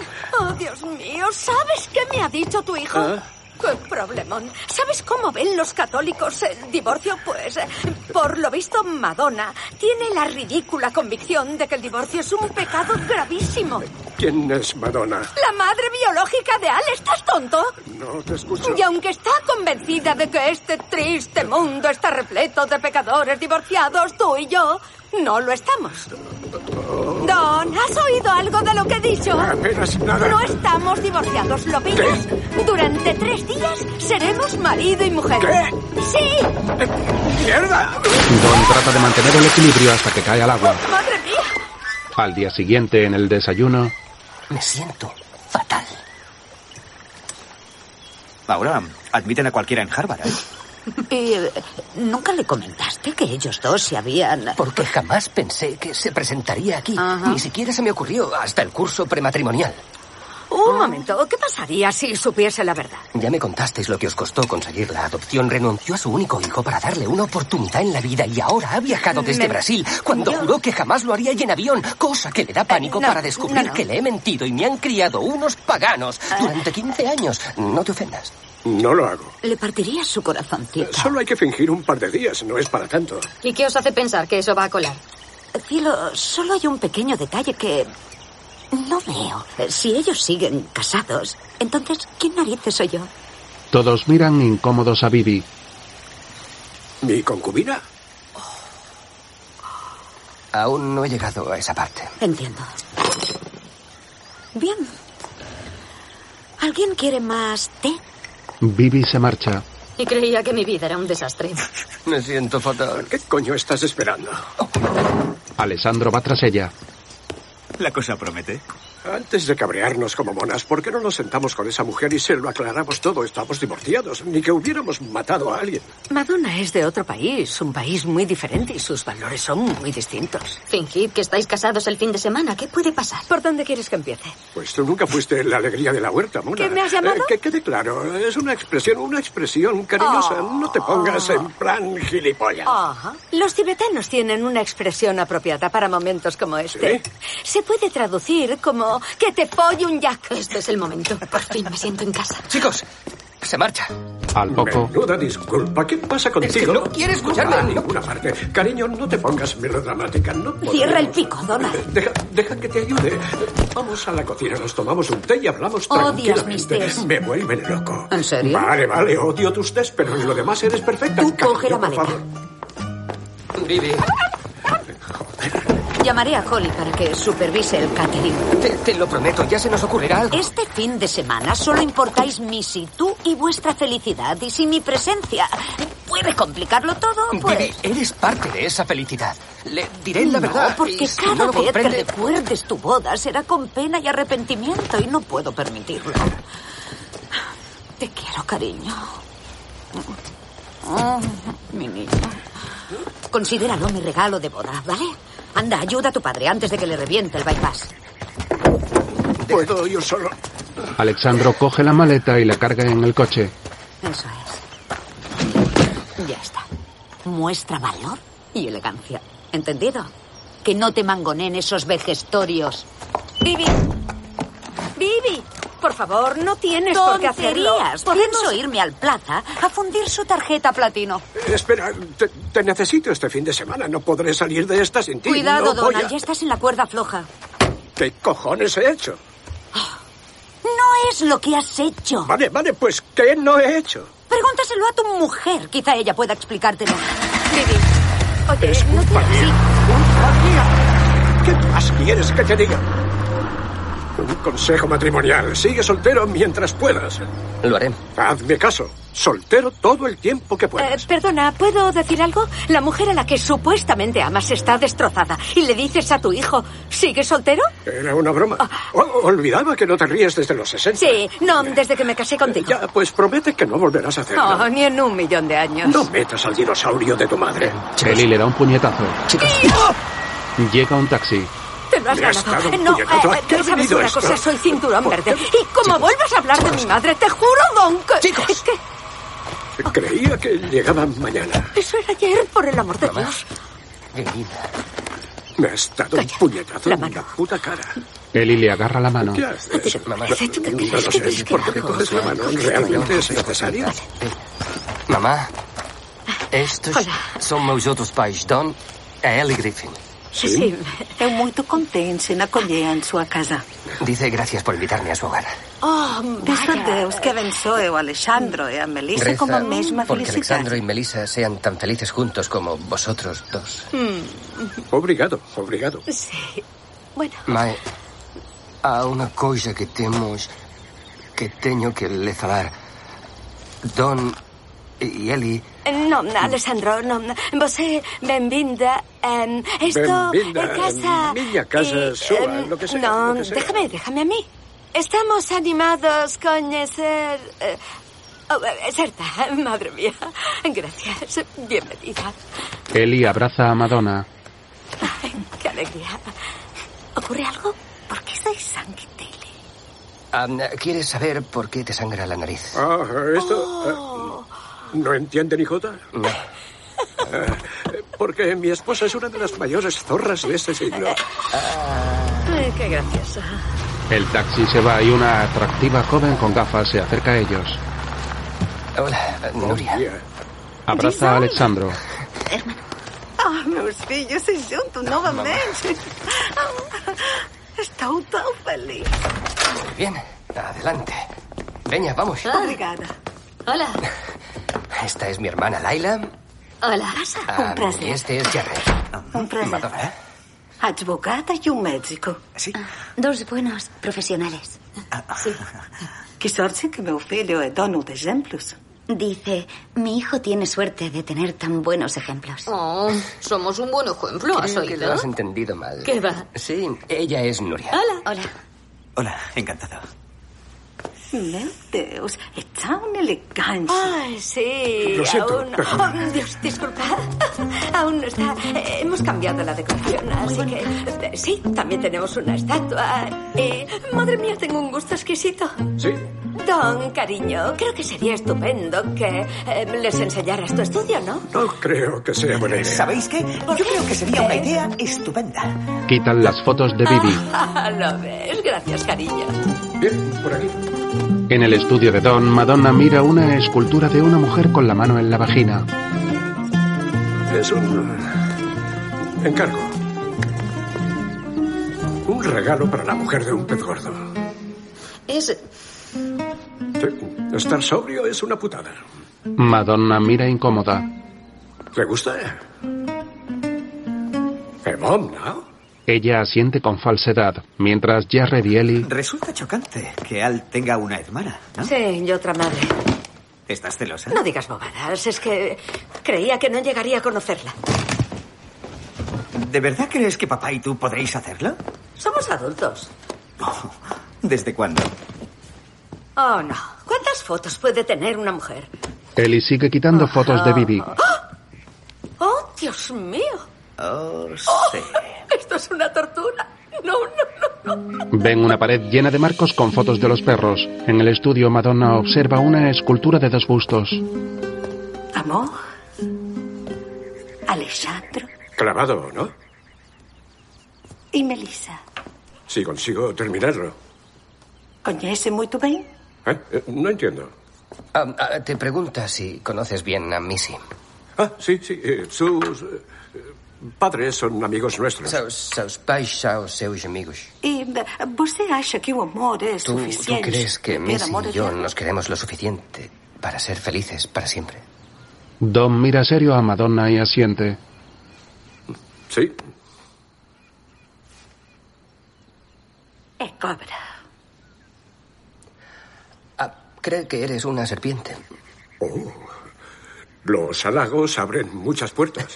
Speaker 5: Don, oh Dios mío, ¿sabes qué me ha dicho tu hijo?
Speaker 2: Ah.
Speaker 5: ¡Qué problemón! ¿Sabes cómo ven los católicos el divorcio? Pues, eh, por lo visto, Madonna tiene la ridícula convicción de que el divorcio es un pecado gravísimo.
Speaker 2: ¿Quién es Madonna?
Speaker 5: La madre biológica de Al, ¿estás tonto?
Speaker 2: No te escucho.
Speaker 5: Y aunque está convencida de que este triste mundo está repleto de pecadores divorciados, tú y yo no lo estamos. Don, ¿has oído algo de lo que he dicho?
Speaker 2: Apenas nada.
Speaker 5: No estamos divorciados, ¿lo pillas? Durante tres días seremos marido y mujer.
Speaker 2: ¿Qué?
Speaker 5: ¡Sí!
Speaker 2: ¡Mierda!
Speaker 1: Don trata de mantener el equilibrio hasta que cae al agua.
Speaker 5: ¡Madre mía!
Speaker 1: Al día siguiente, en el desayuno,
Speaker 4: Me siento fatal.
Speaker 9: Ahora admiten a cualquiera en Harvard. ¿eh?
Speaker 11: ¿Y eh, nunca le comentaste que ellos dos se habían...
Speaker 4: Porque jamás pensé que se presentaría aquí.
Speaker 11: Ajá.
Speaker 4: Ni siquiera se me ocurrió hasta el curso prematrimonial.
Speaker 5: Un momento, ¿qué pasaría si supiese la verdad?
Speaker 4: Ya me contasteis lo que os costó conseguir la adopción. Renunció a su único hijo para darle una oportunidad en la vida y ahora ha viajado desde
Speaker 5: Mm, Me-
Speaker 4: Brasil cuando juró que jamás lo haría y en avión, cosa que le da pánico
Speaker 5: Eh, no,
Speaker 4: para descubrir
Speaker 5: no, Ah. no.
Speaker 4: que le he mentido y me han criado unos paganos durante 15 años. No te ofendas.
Speaker 2: No lo hago. Eh,
Speaker 8: Le partiría su corazoncito.
Speaker 2: Solo hay que fingir un par de días, no es para tanto.
Speaker 8: ¿Y qué os hace pensar que eso va a colar?
Speaker 11: Cielo, solo hay un pequeño detalle que no veo. Eh, Si ellos siguen casados, entonces, ¿quién narices soy yo?
Speaker 1: Todos miran incómodos a Bibi.
Speaker 2: ¿Mi concubina?
Speaker 4: Oh. Aún no he llegado a esa parte.
Speaker 8: Entiendo. Bien. ¿Alguien quiere más té?
Speaker 1: Bibi se marcha.
Speaker 8: Y creía que mi vida era un desastre.
Speaker 4: Me siento fatal.
Speaker 2: Ah, ¿Qué coño estás esperando?
Speaker 1: Alessandro va tras ella.
Speaker 9: La cosa promete.
Speaker 2: Antes de cabrearnos como monas, ¿por qué no nos sentamos con esa mujer y se lo aclaramos todo? Estamos divorciados, ni que hubiéramos matado a alguien.
Speaker 5: Madonna es de otro país, un país muy diferente y sus valores son muy distintos.
Speaker 8: Fingid que estáis casados el fin de semana. ¿Qué puede pasar?
Speaker 5: ¿Por dónde quieres que empiece?
Speaker 2: Pues tú nunca fuiste la alegría de la huerta, mona.
Speaker 5: ¿Qué me has llamado?
Speaker 2: Eh, que quede claro, es una expresión, una expresión cariñosa. No te pongas en plan gilipollas.
Speaker 5: Ajá. Los tibetanos tienen una expresión apropiada para momentos como este. Se puede traducir como que te pollo un yak.
Speaker 8: Este es el momento. Por fin me siento en casa.
Speaker 4: Chicos, se marcha.
Speaker 1: Al poco.
Speaker 2: Menuda disculpa, ¿qué pasa contigo?
Speaker 4: no quiere escucharme.
Speaker 2: No va a ninguna parte. Cariño, no te pongas melodramática. No podemos-
Speaker 3: Cierra el pico, Donald.
Speaker 2: Deja, deja que te ayude. Vamos a la cocina, nos tomamos un té y hablamos
Speaker 3: Odias mis
Speaker 2: tranquilamente.
Speaker 3: tés.
Speaker 2: Me vuelven loco.
Speaker 11: ¿En serio?
Speaker 2: Vale, vale, odio tus tés, pero en lo demás eres perfecta. Tú coge la maleta.
Speaker 4: Bibi,
Speaker 11: Llamaré a Holly para que supervise el catering.
Speaker 4: te, te lo prometo, ya se nos ocurrirá algo.
Speaker 11: Este fin de semana solo importáis mi tú y vuestra felicidad. Y si mi presencia puede complicarlo todo, pues...
Speaker 4: Bibi, eres parte de esa felicidad. eh, Le diré
Speaker 11: No,
Speaker 4: la verdad. y
Speaker 11: porque
Speaker 4: si
Speaker 11: cada
Speaker 4: no lo
Speaker 11: vez que
Speaker 4: comprende,
Speaker 11: recuerdes tu boda será con pena y arrepentimiento y no puedo permitirlo. Te quiero, cariño. Oh, mi niño. Considéralo mi regalo de boda, ¿vale? Anda, ayuda a tu padre antes de que le reviente el bypass.
Speaker 2: Puedo yo solo.
Speaker 1: Alexandro coge la maleta y la carga en el coche.
Speaker 11: Eso es. Ya está. Muestra valor y elegancia. ¿Entendido? Que no te mangonen esos vejestorios.
Speaker 5: Vivi. Vivi. Por favor, no tienes por qué hacerlo.
Speaker 11: ¡Tonterías!
Speaker 5: Podemos-
Speaker 11: Pienso irme al Plaza a fundir su tarjeta platino.
Speaker 2: Espera, te, te necesito este fin de semana. No podré salir de esta sin ti.
Speaker 11: Cuidado,
Speaker 2: no voy
Speaker 11: Donald,
Speaker 2: a-
Speaker 11: ya estás en la cuerda floja.
Speaker 2: ¿Qué cojones he hecho?
Speaker 11: No es lo que has hecho.
Speaker 2: Vale, vale, pues ¿qué no he hecho?
Speaker 11: Pregúntaselo a tu mujer. Quizá ella pueda explicártelo.
Speaker 5: Oye,
Speaker 2: Es
Speaker 5: no
Speaker 2: culpa
Speaker 5: te...
Speaker 2: mía. Culpa mía. ¿Qué más quieres que te diga? Un consejo matrimonial. Sigue soltero mientras puedas.
Speaker 4: Lo haré.
Speaker 2: Hazme caso. Soltero todo el tiempo que
Speaker 5: Eh,
Speaker 2: puedas.
Speaker 5: perdona, ¿puedo decir algo? La mujer a la que supuestamente amas está destrozada y le dices a tu hijo, ¿sigues soltero?
Speaker 2: Era una broma.
Speaker 11: Ah.
Speaker 2: O- olvidaba que no te ríes desde los 60.
Speaker 5: Sí, no, desde que me casé contigo.
Speaker 2: Ya, pues promete que Eh, no volverás a
Speaker 11: Ah.
Speaker 2: hacerlo.
Speaker 5: No, Oh, ni en un millón de años.
Speaker 2: No metas al dinosaurio de tu madre.
Speaker 1: Eli le da un puñetazo. Llega un taxi.
Speaker 5: Te lo has
Speaker 2: Me has
Speaker 5: ganado.
Speaker 2: dado un
Speaker 5: No,
Speaker 2: puñetazo. ¿A
Speaker 5: eh,
Speaker 2: qué ha
Speaker 5: ¿sabes
Speaker 2: venido
Speaker 5: una
Speaker 2: esto?
Speaker 5: cosa? Soy cinturón
Speaker 2: ¿Por
Speaker 5: verde. Y como vuelvas a hablar de mi madre, te juro, Don, que... Es que
Speaker 2: Creía que llegaban mañana.
Speaker 5: eso era ayer, por el amor de Dios.
Speaker 2: Me has dado un puñetazo en la puta cara.
Speaker 1: Eli le agarra la mano.
Speaker 2: ¿Qué haces?
Speaker 4: Mamá,
Speaker 2: No lo sé. ¿Por qué me coges la mano? ¿Realmente es necesario?
Speaker 4: Mamá, estos son meus outros pais, Don e Ellie Griffin.
Speaker 15: Sim, Sim é muito contente na colher em sua casa.
Speaker 4: Dice gracias por invitarme a su hogar.
Speaker 15: Oh, Peço a Deus que abençoe o Alexandro e a Melissa
Speaker 4: Reza
Speaker 15: com a mesma
Speaker 4: porque
Speaker 15: felicidade.
Speaker 4: Alexandro y Melissa sean tan felices juntos como vosotros dos.
Speaker 2: Obrigado, obrigado.
Speaker 5: mm, Sí. Bueno,
Speaker 4: Mae, há una cosa que temos que tenho que le falar. Don e Ellie
Speaker 5: Eh, no, Alessandro, no. Você, benvinda. eh, esto,
Speaker 2: Benvinda,
Speaker 5: eh, casa... eh, em,
Speaker 2: miña casa, súa, lo que sea,
Speaker 5: No,
Speaker 2: lo que sea.
Speaker 5: déjame, déjame a mí. Estamos animados con conocer... eh, Oh, eh, Sarta, madre mía. Gracias. Bienvenida.
Speaker 1: Ellie abraza a Madonna.
Speaker 5: Qué alegría.
Speaker 14: ¿Ocurre algo? ¿Por qué sois sanguite?
Speaker 4: Am, ah, ¿Quieres saber por qué te sangra la nariz?
Speaker 2: Ah,
Speaker 5: Oh.
Speaker 2: esto. eh, ¿No entiende ni Jota? Eh,
Speaker 4: No.
Speaker 2: Porque mi esposa es una de las mayores zorras de este siglo.
Speaker 5: Ay, Eh, qué gracioso.
Speaker 1: El taxi se va y una atractiva joven con gafas se acerca a ellos.
Speaker 4: Hola, Nuria.
Speaker 1: Abraza a Alexandro.
Speaker 4: é-
Speaker 15: Ah, meus filhos, vocês juntam
Speaker 4: Ah,
Speaker 15: novamente. Ah, Estou tão feliz.
Speaker 4: Muy bien, adelante. Venga, vamos.
Speaker 15: Obrigada.
Speaker 8: Ah. Hola.
Speaker 4: Esta es mi hermana Laila.
Speaker 8: Hola.
Speaker 4: Ah, ¿eh? y este es Jared.
Speaker 15: Un Um prazer. Advogada e um médico.
Speaker 8: Ah, Dos buenos profesionales.
Speaker 15: Ah, Que sorte que meu filho é dono de exemplos.
Speaker 8: Dice, mi hijo tiene suerte de tener tan buenos ejemplos.
Speaker 16: Oh, somos un buen ejemplo, ¿has
Speaker 4: Creo que lo
Speaker 16: oído?
Speaker 4: has entendido mal.
Speaker 16: ¿Qué va?
Speaker 4: Sí, ella es Nuria.
Speaker 8: Hola. Hola.
Speaker 9: Hola, encantado.
Speaker 15: Meu Deus, é tão elegante.
Speaker 5: Ay, sí.
Speaker 9: Lo siento,
Speaker 5: aún no.
Speaker 9: perdón.
Speaker 5: Oh, Dios, disculpa. Aún no está. Eh, hemos cambiado la decoración, así que. eh, Sí, también tenemos una estatua. Eh, madre mía, tengo un gusto exquisito.
Speaker 2: Sí.
Speaker 5: Don, cariño, creo que sería estupendo que eh, les enseñaras tu estudio, ¿no?
Speaker 2: No creo que sea buena idea.
Speaker 9: ¿Sabéis qué? Yo creo que sería una idea estupenda.
Speaker 1: Quitan las fotos de Bibi.
Speaker 5: Ah. Lo ves, gracias, cariño.
Speaker 2: Bien, por aquí.
Speaker 1: En el estudio de Don, Madonna mira una escultura de una mujer con la mano en la vagina.
Speaker 2: Es un eh, encargo. Un regalo para la mujer de un pez gordo.
Speaker 8: Es.
Speaker 2: Sí, Estar sobrio es una putada.
Speaker 1: Madonna mira incómoda.
Speaker 2: ¿Le gusta? Eh, mom, ¿no?
Speaker 1: Ella asiente con falsedad, mientras Jared y Ellie
Speaker 9: Resulta chocante que Al tenga una hermana.
Speaker 5: Sí, y otra madre.
Speaker 9: ¿Estás celosa?
Speaker 5: No digas bobadas, es que creía que no llegaría a conocerla.
Speaker 9: ¿De verdad crees que papá y tú podréis hacerlo?
Speaker 5: Somos adultos.
Speaker 9: ¿Desde cuándo?
Speaker 5: Oh, no. ¿Cuántas fotos puede tener una mujer?
Speaker 1: Ellie sigue quitando fotos de Bibi.
Speaker 5: ¡Oh, Dios mío!
Speaker 9: Oh, sí.
Speaker 5: Esto es una tortura. No, no, no, no.
Speaker 1: Ven una pared llena de marcos con fotos de los perros. En el estudio, Madonna observa una escultura de dos bustos.
Speaker 15: Amor, Alexandro
Speaker 2: Clavado, ¿no?
Speaker 15: e Melissa.
Speaker 2: Si consigo terminarlo.
Speaker 15: Conhece muito bem?
Speaker 2: ¿Eh? Eh, No entiendo.
Speaker 4: Ah, ah, te pregunta si conoces bien a Missy.
Speaker 2: Ah, sí, sí. eh, sus eh, padres son amigos nuestros.
Speaker 4: Seus, seus pais são seus amigos.
Speaker 15: E eh, você acha que o amor é
Speaker 4: ¿Tú, tú
Speaker 15: suficiente?
Speaker 4: crees que
Speaker 15: Ter
Speaker 4: Missy
Speaker 15: amor é
Speaker 4: y yo
Speaker 15: real?
Speaker 4: nos queremos lo suficiente para ser felices para siempre?
Speaker 1: Don mira serio a Madonna y asiente.
Speaker 2: Sí.
Speaker 5: Es cobra.
Speaker 4: Ah, Cree que eres una serpiente.
Speaker 2: Los halagos abren muchas puertas.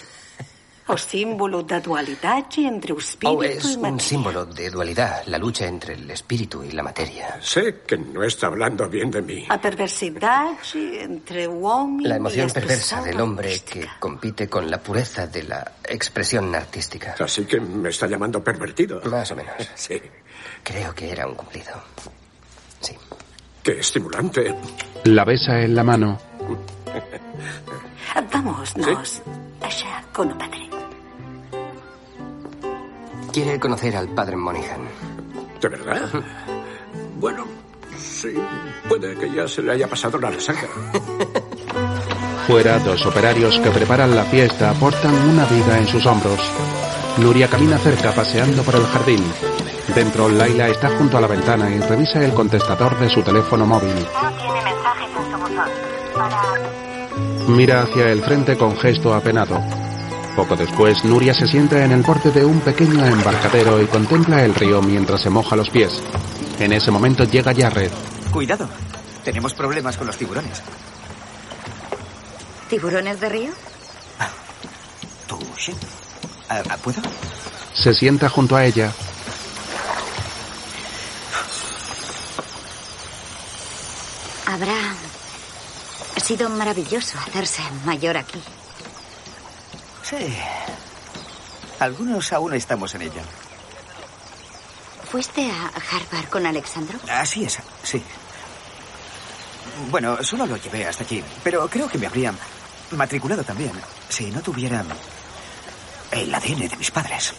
Speaker 15: O símbolo da dualidade entre o espírito
Speaker 4: Oh, es
Speaker 15: e a
Speaker 4: un
Speaker 15: matéria.
Speaker 4: símbolo de dualidad, la lucha entre el espíritu y la materia.
Speaker 2: Sé que no está hablando bien de mí.
Speaker 15: A perversidade entre o homem e
Speaker 4: La emoción
Speaker 15: as pessoas.
Speaker 4: perversa del hombre que compite con la pureza de la expresión artística.
Speaker 2: Así que me está llamando pervertido.
Speaker 4: Más o menos.
Speaker 2: Sí.
Speaker 4: Creo que era un cumplido.
Speaker 2: Qué estimulante.
Speaker 1: La besa en la mano.
Speaker 15: Vamos, nós, allá con o padre.
Speaker 4: Quiere conocer al padre Monaghan.
Speaker 2: ¿De verdad? Bueno, sí. Puede que ya se le haya pasado la resaca.
Speaker 1: Fuera, dos operarios que preparan la fiesta aportan una viga en sus hombros. Nuria camina cerca paseando por el jardín. Dentro, Laila está junto a la ventana y revisa el contestador de su teléfono móvil.
Speaker 17: Tiene mensajes en su buzón.
Speaker 1: Mira hacia el frente con gesto apenado. Poco después, Nuria se sienta en el borde de un pequeño embarcadero y contempla el río mientras se moja los pies. En ese momento llega Jared.
Speaker 9: Cuidado, tenemos problemas con los tiburones.
Speaker 7: ¿Tiburones de río?
Speaker 9: Tú, sí. Ah, ah, ¿Puedo?
Speaker 1: Se sienta junto a ella.
Speaker 7: Habrá sido maravilloso hacerse mayor aquí.
Speaker 9: Sí. Algunos aún estamos en ello.
Speaker 7: ¿Fuiste a Harvard con Alexandro?
Speaker 9: Así es, sí. Bueno, solo lo llevé hasta aquí, pero creo que me habrían matriculado también si no tuviera el ADN de mis padres.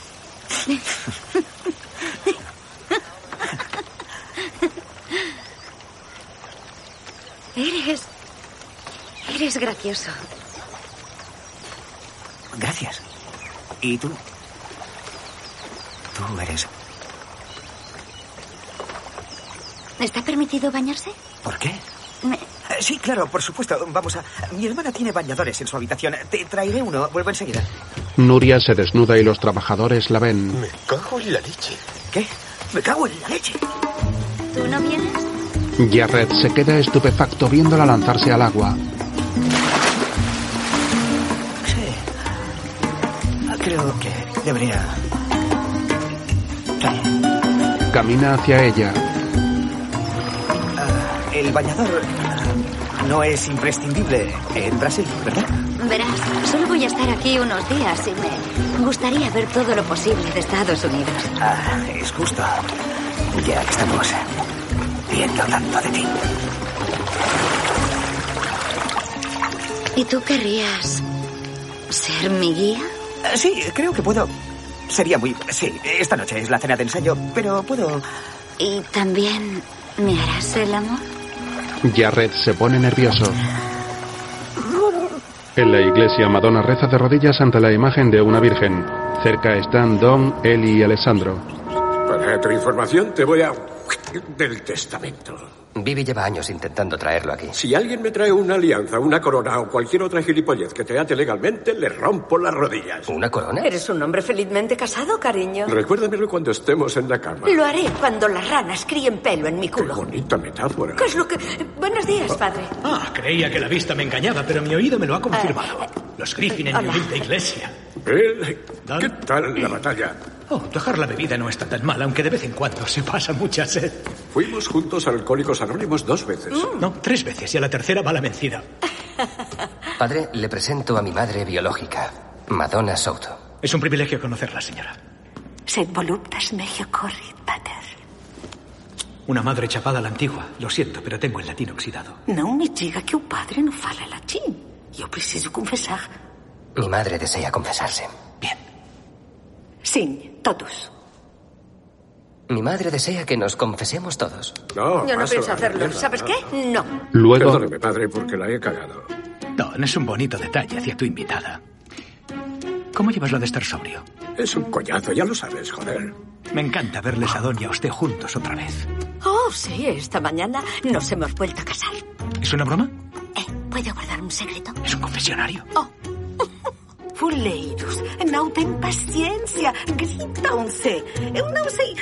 Speaker 7: Eres. Eres gracioso.
Speaker 9: Gracias. ¿Y tú? Tú eres.
Speaker 7: ¿Está permitido bañarse?
Speaker 9: ¿Por qué?
Speaker 7: Me-
Speaker 9: Eh, Sí, claro, por supuesto. Vamos a. Mi hermana tiene bañadores en su habitación. Te traeré uno. Vuelvo enseguida.
Speaker 1: Nuria se desnuda y los trabajadores la ven.
Speaker 9: Cago en la leche. ¿Qué? Me cago en la leche.
Speaker 7: ¿Tú no vienes?
Speaker 1: Jared se queda estupefacto viéndola lanzarse al agua.
Speaker 9: Sí. Creo que debería.
Speaker 1: Camina hacia ella.
Speaker 9: El bañador no es imprescindible en Brasil, ¿verdad?
Speaker 7: Verás, solo voy a estar aquí unos días y me gustaría ver todo lo posible de Estados Unidos.
Speaker 9: Ah, es justo. Ya que estamos viendo tanto de ti.
Speaker 7: ¿Y tú querrías ser mi guía?
Speaker 9: Eh, Sí, creo que puedo. Sería muy. Sí, esta noche es la cena de ensayo, pero puedo.
Speaker 7: ¿Y también me harás el amor?
Speaker 1: Jared se pone nervioso. En la iglesia, Madonna reza de rodillas ante la imagen de una virgen. Cerca están Don, Eli y Alessandro.
Speaker 2: Para tu información te voy a... del testamento.
Speaker 4: Vivi lleva años intentando traerlo aquí.
Speaker 2: Si alguien me trae una alianza, una corona o cualquier otra gilipollez que te ate legalmente, le rompo las rodillas.
Speaker 4: ¿Una corona?
Speaker 5: Eres un hombre felizmente casado, cariño.
Speaker 2: Recuérdamelo cuando estemos en la cama.
Speaker 5: Lo haré cuando las ranas críen pelo en mi culo.
Speaker 2: Bonita metáfora.
Speaker 5: ¿Qué es lo que...? Buenos días, padre.
Speaker 6: Ah, creía que la vista me engañaba, pero mi oído me lo ha
Speaker 4: Eh,
Speaker 6: confirmado. Los Griffin en mi
Speaker 5: hola.
Speaker 6: humilde iglesia.
Speaker 2: ¿Qué tal la batalla?
Speaker 6: Oh, dejar la bebida no está tan mal, aunque de vez en cuando se pasa mucha sed.
Speaker 2: Fuimos juntos a Alcohólicos Anónimos dos veces.
Speaker 6: No, tres veces, y a la tercera va la vencida.
Speaker 4: Padre, le presento a mi madre biológica, Madonna Soto.
Speaker 6: Es un privilegio conocerla, señora.
Speaker 15: Sed voluptas meglio corrit, pater.
Speaker 6: Una madre chapada a la antigua. Lo siento, pero tengo el latín oxidado.
Speaker 15: Não me diga que o padre não fala latim. Eu preciso confessar.
Speaker 4: Mi madre desea confesarse.
Speaker 15: Sim, todos.
Speaker 4: Mi madre desea que nos confesemos todos.
Speaker 2: No,
Speaker 5: Yo no
Speaker 2: paso,
Speaker 5: pienso hacerlo.
Speaker 2: mierda,
Speaker 5: ¿Sabes
Speaker 2: no.
Speaker 5: qué? No.
Speaker 1: Luego.
Speaker 2: Perdóname, padre, porque la he cagado.
Speaker 6: Don, es un bonito detalle hacia tu invitada. ¿Cómo llevas lo de estar sobrio?
Speaker 2: Es un collazo, ya lo sabes, joder.
Speaker 6: Me encanta verles a Don y a usted juntos otra vez.
Speaker 5: Oh, sí, esta mañana nos hemos vuelto a casar.
Speaker 6: ¿Es una broma?
Speaker 5: ¿Puedo guardar un secreto?
Speaker 6: ¿Es un confesionario?
Speaker 15: Fuleiros, não tem paciência. Gritam-se. Eu não sei.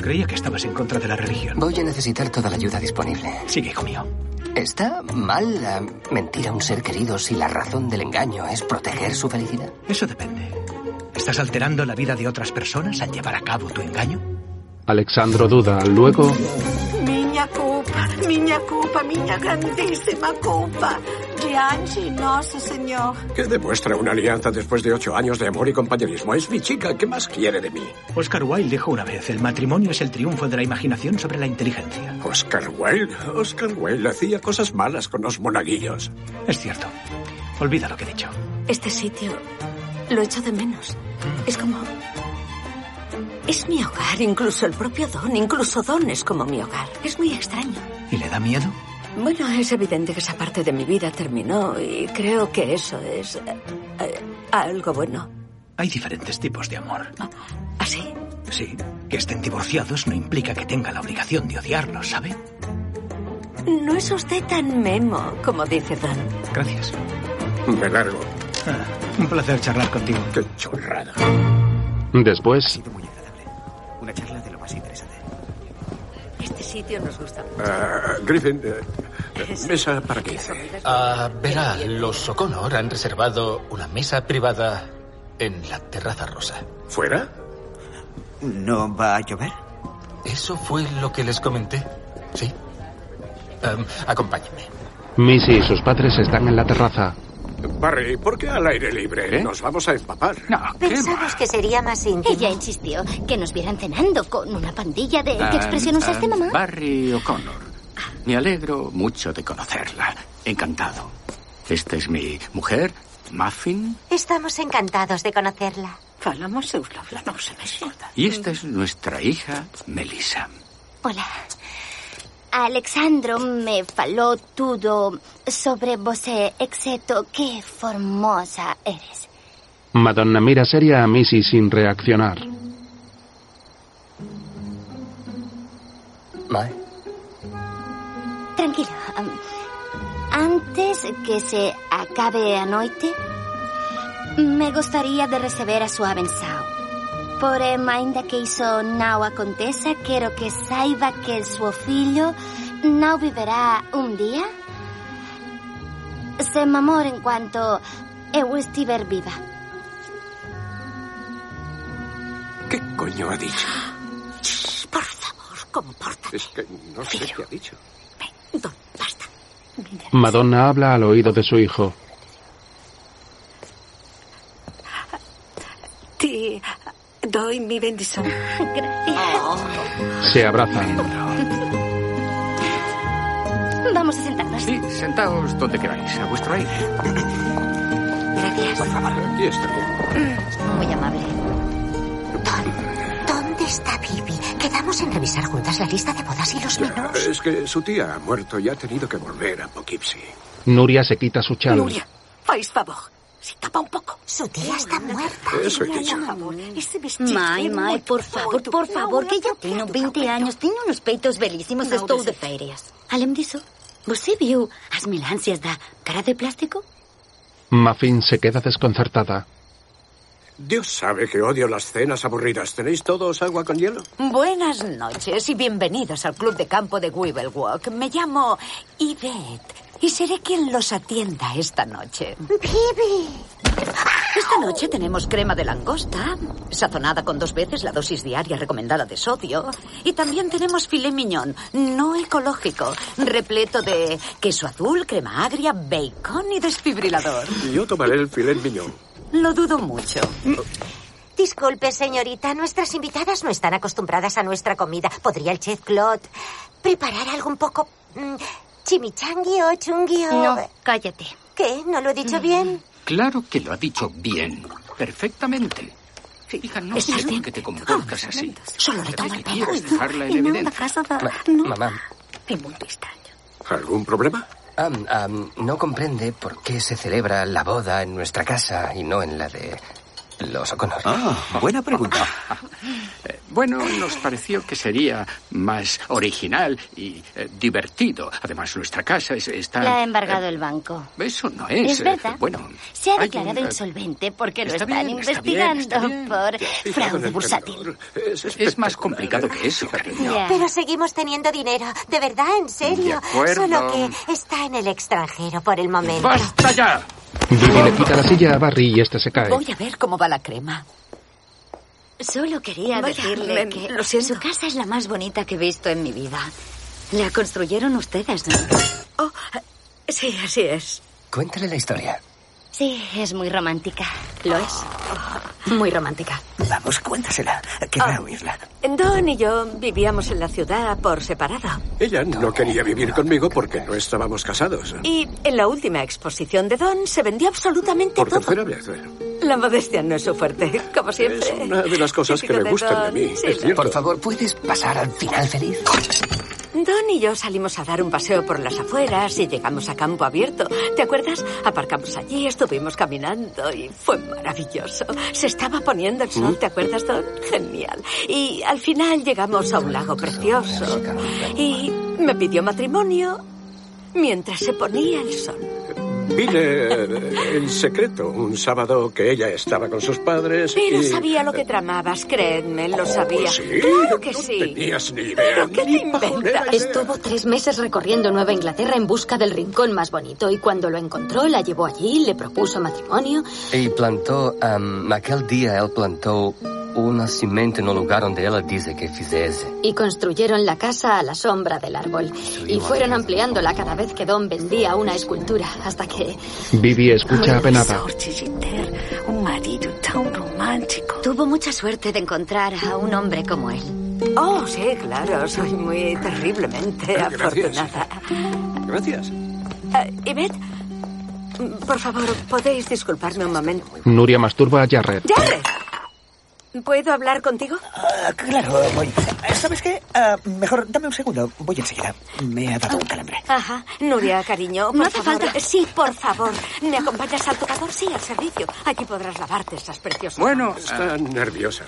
Speaker 6: Creía que estabas en contra de la religión.
Speaker 4: Voy a necesitar toda la ayuda disponible.
Speaker 6: Sigue, hijo mío.
Speaker 4: ¿Está mal la mentir a un ser querido si la razón del engaño es proteger su felicidad?
Speaker 6: Eso depende. ¿Estás alterando la vida de otras personas al llevar a cabo tu engaño?
Speaker 1: Alexandro duda. Luego.
Speaker 15: Minha culpa, minha culpa, minha grandíssima culpa. Diante Nosso Senhor.
Speaker 2: ¿Qué demuestra una alianza después de ocho años de amor y compañerismo? Es mi chica, ¿qué más quiere de mí?
Speaker 6: Oscar Wilde dijo una vez, el matrimonio es el triunfo de la imaginación sobre la inteligencia.
Speaker 2: Oscar Wilde, Oscar Wilde hacía cosas malas con los monaguillos.
Speaker 6: Es cierto. Olvida lo que he dicho.
Speaker 8: Este sitio lo echo de menos. Es como...
Speaker 5: Es mi hogar, incluso el propio Don, incluso Don es como mi hogar. Es muy extraño.
Speaker 6: ¿Y le da miedo?
Speaker 5: Bueno, es evidente que esa parte de mi vida terminó y creo que eso es eh, eh, algo bueno.
Speaker 6: Hay diferentes tipos de amor.
Speaker 5: ¿Así?
Speaker 6: Sí, que estén divorciados no implica que tenga la obligación de odiarlos, ¿sabe?
Speaker 5: No es usted tan memo, como dice Don.
Speaker 6: Gracias.
Speaker 2: Me largo.
Speaker 6: Un placer charlar contigo.
Speaker 2: Qué chorrada.
Speaker 1: Después.
Speaker 9: Una charla de lo más interesante.
Speaker 5: Este sitio nos gusta mucho.
Speaker 2: Ah, Griffin, eh, eh, mesa para 15.
Speaker 18: Ah, verá, los O'Connor han reservado una mesa privada en la terraza rosa.
Speaker 2: ¿Fuera?
Speaker 9: ¿No va a llover?
Speaker 18: Eso fue lo que les comenté. Sí. Em, acompáñenme.
Speaker 1: Missy y sus padres están en la terraza.
Speaker 2: Barry, ¿por qué al aire libre? Nos vamos a empapar.
Speaker 13: No,
Speaker 12: Pensamos que sería más íntimo. Ella insistió que nos vieran cenando con una pandilla de... ¿Qué expresión usaste,
Speaker 13: Ah, ah,
Speaker 12: mamá?
Speaker 13: Barry O'Connor. Me alegro mucho de conocerla. Encantado. Esta es mi mujer, Muffin,
Speaker 14: Estamos encantados de conocerla. Falamos seguro, hablamos
Speaker 13: y esta es nuestra hija, Melissa.
Speaker 12: Hola. Alexandro me faló todo sobre vos, eh, excepto qué formosa eres.
Speaker 1: Madonna mira seria a Missy sin reaccionar.
Speaker 12: Tranquilo. am, Antes que se acabe a noite, me gustaría de receber a súa avensao. Porém, ainda que iso não aconteça, quero que saiba que o seu filho não viverá um dia sem amor enquanto eu estiver viva.
Speaker 2: ¿Qué coño ha dicho?
Speaker 19: Por favor, comporta.
Speaker 2: Es que no sé qué ha dicho.
Speaker 1: Madonna habla al oído de su hijo.
Speaker 5: Te doy mi bendición.
Speaker 12: Gracias.
Speaker 1: Se
Speaker 15: Oh.
Speaker 1: abrazan.
Speaker 12: Vamos a sentarnos.
Speaker 13: Sí, sentaos donde queráis, a vuestro aire.
Speaker 12: Gracias.
Speaker 13: Por favor. Aquí estoy.
Speaker 14: Mm.
Speaker 12: Muy amable.
Speaker 14: ¿Dónde está Bibi? Quedamos en revisar juntas la lista de bodas y los menús.
Speaker 2: Es que su tía ha muerto y ha tenido que volver a Poughkeepsie.
Speaker 1: Nuria se quita su chal.
Speaker 5: Nuria, fais favor. Si tapa un poco.
Speaker 14: Su tía está muerta.
Speaker 2: Eso he dicho.
Speaker 5: Por favor, ese vestido.
Speaker 7: Mm. Mai, Mai, por favor, por favor, que ya tengo 20 años, tengo unos peitos belísimos, estou de ferias. Além disso, você viu as melancias da cara de plástico?
Speaker 1: Muffin se queda desconcertada.
Speaker 2: Dios sabe que odio las cenas aburridas. ¿Tenéis todos agua con hielo?
Speaker 20: Buenas noches y bienvenidos al club de campo de Weevil Walk. Me llamo Yvette y seré quien los atienda esta noche. Esta noche tenemos crema de langosta, sazonada con dos veces la dosis diaria recomendada de sodio, y también tenemos filé miñón, no ecológico, repleto de queso azul, crema agria, bacon y desfibrilador.
Speaker 2: Yo tomaré el filet mignon.
Speaker 20: Lo dudo mucho.
Speaker 2: Mm.
Speaker 14: Disculpe, señorita, nuestras invitadas no están acostumbradas a nuestra comida. ¿Podría el chef Claude preparar algo un poco mm, chimichangui o chungui o...?
Speaker 12: No, cállate.
Speaker 14: ¿Qué? ¿No lo he dicho bien?
Speaker 13: Claro que lo ha dicho bien, perfectamente. Hija, no
Speaker 14: Estás
Speaker 13: sé por
Speaker 14: bien. Ah,
Speaker 13: qué te comportas así.
Speaker 14: Solo le
Speaker 13: Pero
Speaker 14: toma el
Speaker 13: si
Speaker 14: pelo.
Speaker 13: quieres dejarla en
Speaker 14: Y no
Speaker 13: evidencia.
Speaker 14: la casa da-
Speaker 5: Ah,
Speaker 4: Mamá. Ah,
Speaker 2: ¿Algún problema?
Speaker 4: no comprende por qué se celebra la boda en nuestra casa y no en la de los O'Connor.
Speaker 13: Ah, buena pregunta. Bueno, nos pareció que sería más original y eh, divertido. Además, nuestra casa es, está...
Speaker 12: La ha embargado el banco.
Speaker 13: Eso no es...
Speaker 12: Es
Speaker 13: eh,
Speaker 12: verdad.
Speaker 13: Bueno,
Speaker 12: Se ha
Speaker 13: hay
Speaker 12: declarado
Speaker 13: un, eh,
Speaker 12: insolvente porque lo
Speaker 13: está
Speaker 12: están
Speaker 13: bien, está bien,
Speaker 12: investigando
Speaker 13: está bien.
Speaker 12: por fraude bursátil.
Speaker 13: Es más complicado que eso, cariño.
Speaker 14: Pero seguimos teniendo dinero, de verdad, en serio.
Speaker 13: De acuerdo.
Speaker 14: Solo que está en el extranjero por el momento.
Speaker 13: ¡Basta ya!
Speaker 1: Vivi le quita la silla a Barry y este se cae.
Speaker 20: Voy a ver cómo va la crema.
Speaker 7: Solo quería
Speaker 20: Vaya,
Speaker 7: decirle
Speaker 20: Lem,
Speaker 7: que
Speaker 20: lo
Speaker 7: su casa es la más bonita que he visto en mi vida. La construyeron ustedes, ¿no?
Speaker 21: Sí, así es.
Speaker 4: Cuéntale la historia.
Speaker 12: Sí, es muy romántica. Lo es. Muy romántica.
Speaker 9: Pues
Speaker 22: Vamos, cuéntasela.
Speaker 19: Ah.
Speaker 22: Querrá oírla.
Speaker 5: Don y yo vivíamos en la ciudad por separado.
Speaker 2: Ella no quería vivir conmigo porque no estábamos casados.
Speaker 5: Y en la última exposición de Don se vendió absolutamente
Speaker 2: Por
Speaker 5: todo.
Speaker 2: tercera vez.
Speaker 5: La modestia no es su fuerte, como siempre.
Speaker 2: Es una de las cosas que
Speaker 5: Típico
Speaker 2: me gustan
Speaker 5: Don.
Speaker 2: de mí.
Speaker 5: Sí,
Speaker 2: Es cierto.
Speaker 4: Por favor, ¿puedes pasar al final feliz?
Speaker 5: Don y yo salimos a dar un paseo por las afueras y llegamos a campo abierto. ¿Te acuerdas? Aparcamos allí, estuvimos caminando y fue maravilloso. Se estaba poniendo el sol, ¿te acuerdas, Don? Genial. Y al final llegamos a un lago precioso. Y me pidió matrimonio mientras se ponía el sol.
Speaker 2: Vine eh, en secreto un sábado que ella estaba con sus padres.
Speaker 5: Pero
Speaker 2: y...
Speaker 5: sabía lo que tramabas, créeme, lo sabía.
Speaker 2: Oh, sí,
Speaker 5: claro que sí.
Speaker 2: Tenías ni idea.
Speaker 5: ¿Pero qué te inventas?
Speaker 8: Estuvo tres meses recorriendo Nueva Inglaterra en busca del rincón más bonito y cuando lo encontró la llevó allí, le propuso matrimonio.
Speaker 4: um, Y plantó, am, Michael Dial plantó o nascimento no lugar onde ela diz que fizesse.
Speaker 8: Y construyeron la casa a la sombra del árbol. Y fueron ampliándola cada vez que Don vendía una escultura hasta que...
Speaker 1: Vivi escucha apenada.
Speaker 8: Un marido tan romántico. Tuvo mucha suerte de encontrar a un hombre como él.
Speaker 5: Oh, sí, claro, soy muy terriblemente
Speaker 9: Gracias.
Speaker 5: afortunada.
Speaker 9: Gracias.
Speaker 5: Eh, Ivette, por favor, ¿podéis disculparme un momento?
Speaker 1: Nuria masturba a Jarrett.
Speaker 5: ¿Puedo hablar contigo?
Speaker 9: claro, voy. Eh, ¿Sabes qué? Ah, mejor dame un segundo. Voy enseguida. Me ha dado un calambre.
Speaker 5: Ajá, Nuria, cariño, por
Speaker 23: No hace
Speaker 5: favor.
Speaker 23: falta.
Speaker 5: Sí, por favor. ¿Me acompañas al tocador? Sí, al servicio. Aquí podrás lavarte estas preciosas.
Speaker 13: Bueno,
Speaker 5: manos.
Speaker 13: Ah, está nerviosa.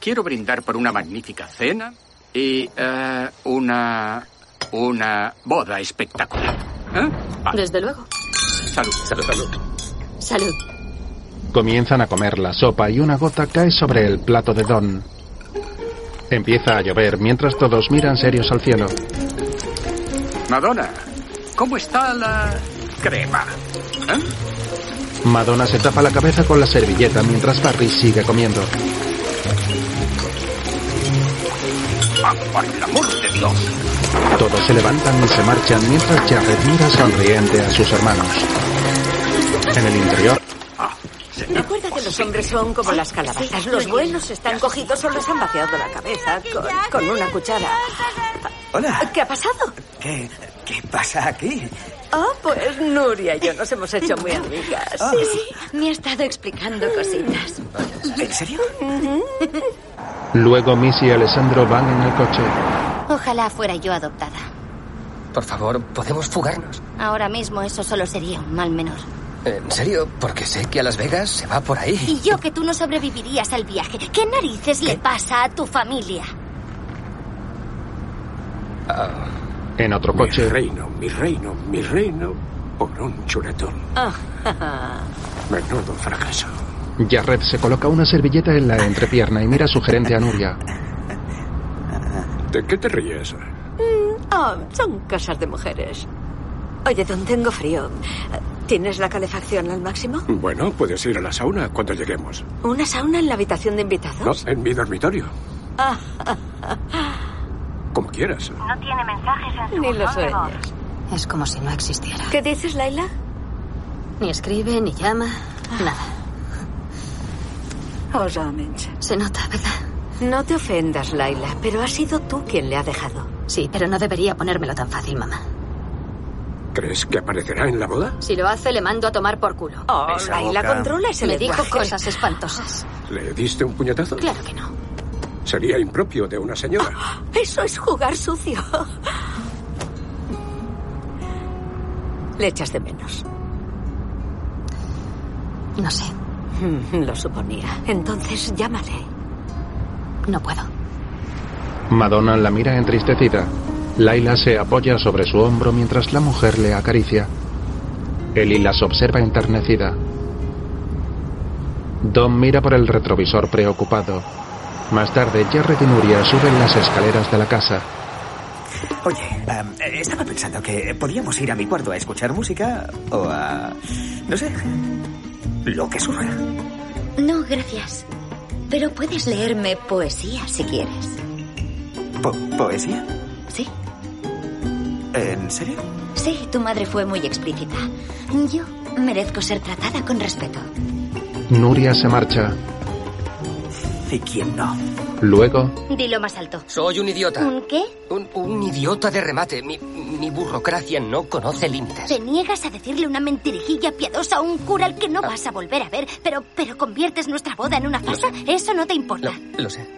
Speaker 13: quiero brindar por una magnífica cena y ah, una una boda espectacular. ¿Eh?
Speaker 8: Desde luego.
Speaker 13: Salud, salud, salud.
Speaker 8: Salud.
Speaker 1: Comienzan a comer la sopa y una gota cae sobre el plato de Don. Empieza a llover mientras todos miran serios al cielo.
Speaker 13: Madonna, ¿cómo está la crema? ¿Eh?
Speaker 1: Madonna se tapa la cabeza con la servilleta mientras Barry sigue comiendo.
Speaker 13: Ah, por el amor de Dios.
Speaker 1: Todos se levantan y se marchan mientras Jarrett mira sonriente a sus hermanos. En el interior,
Speaker 5: Recuerda que los hombres son como las calabazas. Los buenos están cogidos o les han vaciado la cabeza con, con una cuchara.
Speaker 9: Hola.
Speaker 5: ¿Qué ha pasado?
Speaker 9: ¿Qué, qué pasa aquí?
Speaker 5: Ah, pues Nuria y yo nos hemos hecho muy amigas.
Speaker 9: Ah.
Speaker 8: Sí, sí, me ha estado explicando cositas.
Speaker 9: ¿En serio?
Speaker 1: luego Missy y Alessandro van en el coche.
Speaker 12: Ojalá fuera yo adoptada.
Speaker 4: Por favor, ¿podemos fugarnos?
Speaker 12: Ahora mismo eso solo sería un mal menor.
Speaker 4: En serio, porque sé que a Las Vegas se va por ahí.
Speaker 12: Y yo que tú no sobrevivirías al viaje. ¿Qué narices le pasa a tu familia?
Speaker 1: Ah, En otro
Speaker 2: coche. Mi reino, mi reino, mi reino por un chuletón.
Speaker 5: Ah.
Speaker 2: Menudo fracaso.
Speaker 1: Jarrett se coloca una servilleta en la entrepierna y mira sugerente a Nuria.
Speaker 2: ¿De qué te ríes?
Speaker 5: Ah, son cosas de mujeres. Oye, Don, tengo frío. ¿Tienes la calefacción al máximo?
Speaker 2: Bueno, puedes ir a la sauna cuando lleguemos.
Speaker 5: ¿Una sauna en la habitación de invitados?
Speaker 2: No, en mi dormitorio.
Speaker 5: Ah,
Speaker 2: Como quieras.
Speaker 5: no tiene mensajes en Ni lo sueñes.
Speaker 8: Es como si no existiera.
Speaker 5: ¿Qué dices, Laila?
Speaker 8: Ni escribe, ni llama, nada.
Speaker 5: Os amente.
Speaker 8: Se nota, ¿verdad?
Speaker 5: No te ofendas, Laila, pero has sido tú quien le ha dejado.
Speaker 8: Sí, pero no debería ponérmelo tan fácil, mamá.
Speaker 2: ¿Crees que aparecerá en la boda?
Speaker 8: Si lo hace, le mando a tomar por culo.
Speaker 5: Oh,
Speaker 2: Esa Laila, boca. controla ese
Speaker 8: Me
Speaker 2: lenguaje.
Speaker 8: dijo cosas espantosas.
Speaker 2: ¿Le diste un puñetazo?
Speaker 8: Claro que no.
Speaker 2: Sería impropio de una señora.
Speaker 5: Eso es jugar sucio. Le echas de menos.
Speaker 8: No sé.
Speaker 5: Mm, Lo suponía. Entonces llámale.
Speaker 8: No puedo.
Speaker 1: Madonna la mira entristecida. Laila se apoya sobre su hombro mientras la mujer le acaricia. Eli las observa enternecida. Don mira por el retrovisor preocupado. Más tarde, Jared y Nuria suben las escaleras de la casa.
Speaker 9: Oye, am, eh, estaba pensando que podíamos ir a mi cuarto a escuchar música o a... No sé. Lo que surja.
Speaker 7: No, gracias. Pero puedes leerme poesía si quieres.
Speaker 9: Po- ¿Poesía?
Speaker 7: Sí.
Speaker 9: ¿En serio?
Speaker 7: Sí, tu madre fue muy explícita. Yo merezco ser tratada con respeto.
Speaker 1: Nuria se marcha.
Speaker 9: ¿Y quién no?
Speaker 1: Luego,
Speaker 12: Dilo más alto.
Speaker 4: Soy un idiota.
Speaker 12: ¿Un qué?
Speaker 4: Un, un idiota de remate. Mi, mi burocracia no conoce límites.
Speaker 12: Te niegas a decirle una mentirijilla piadosa a un cura al que no vas a volver a ver, pero, pero conviertes nuestra boda en una farsa. Eso no te importa.
Speaker 4: Lo sé.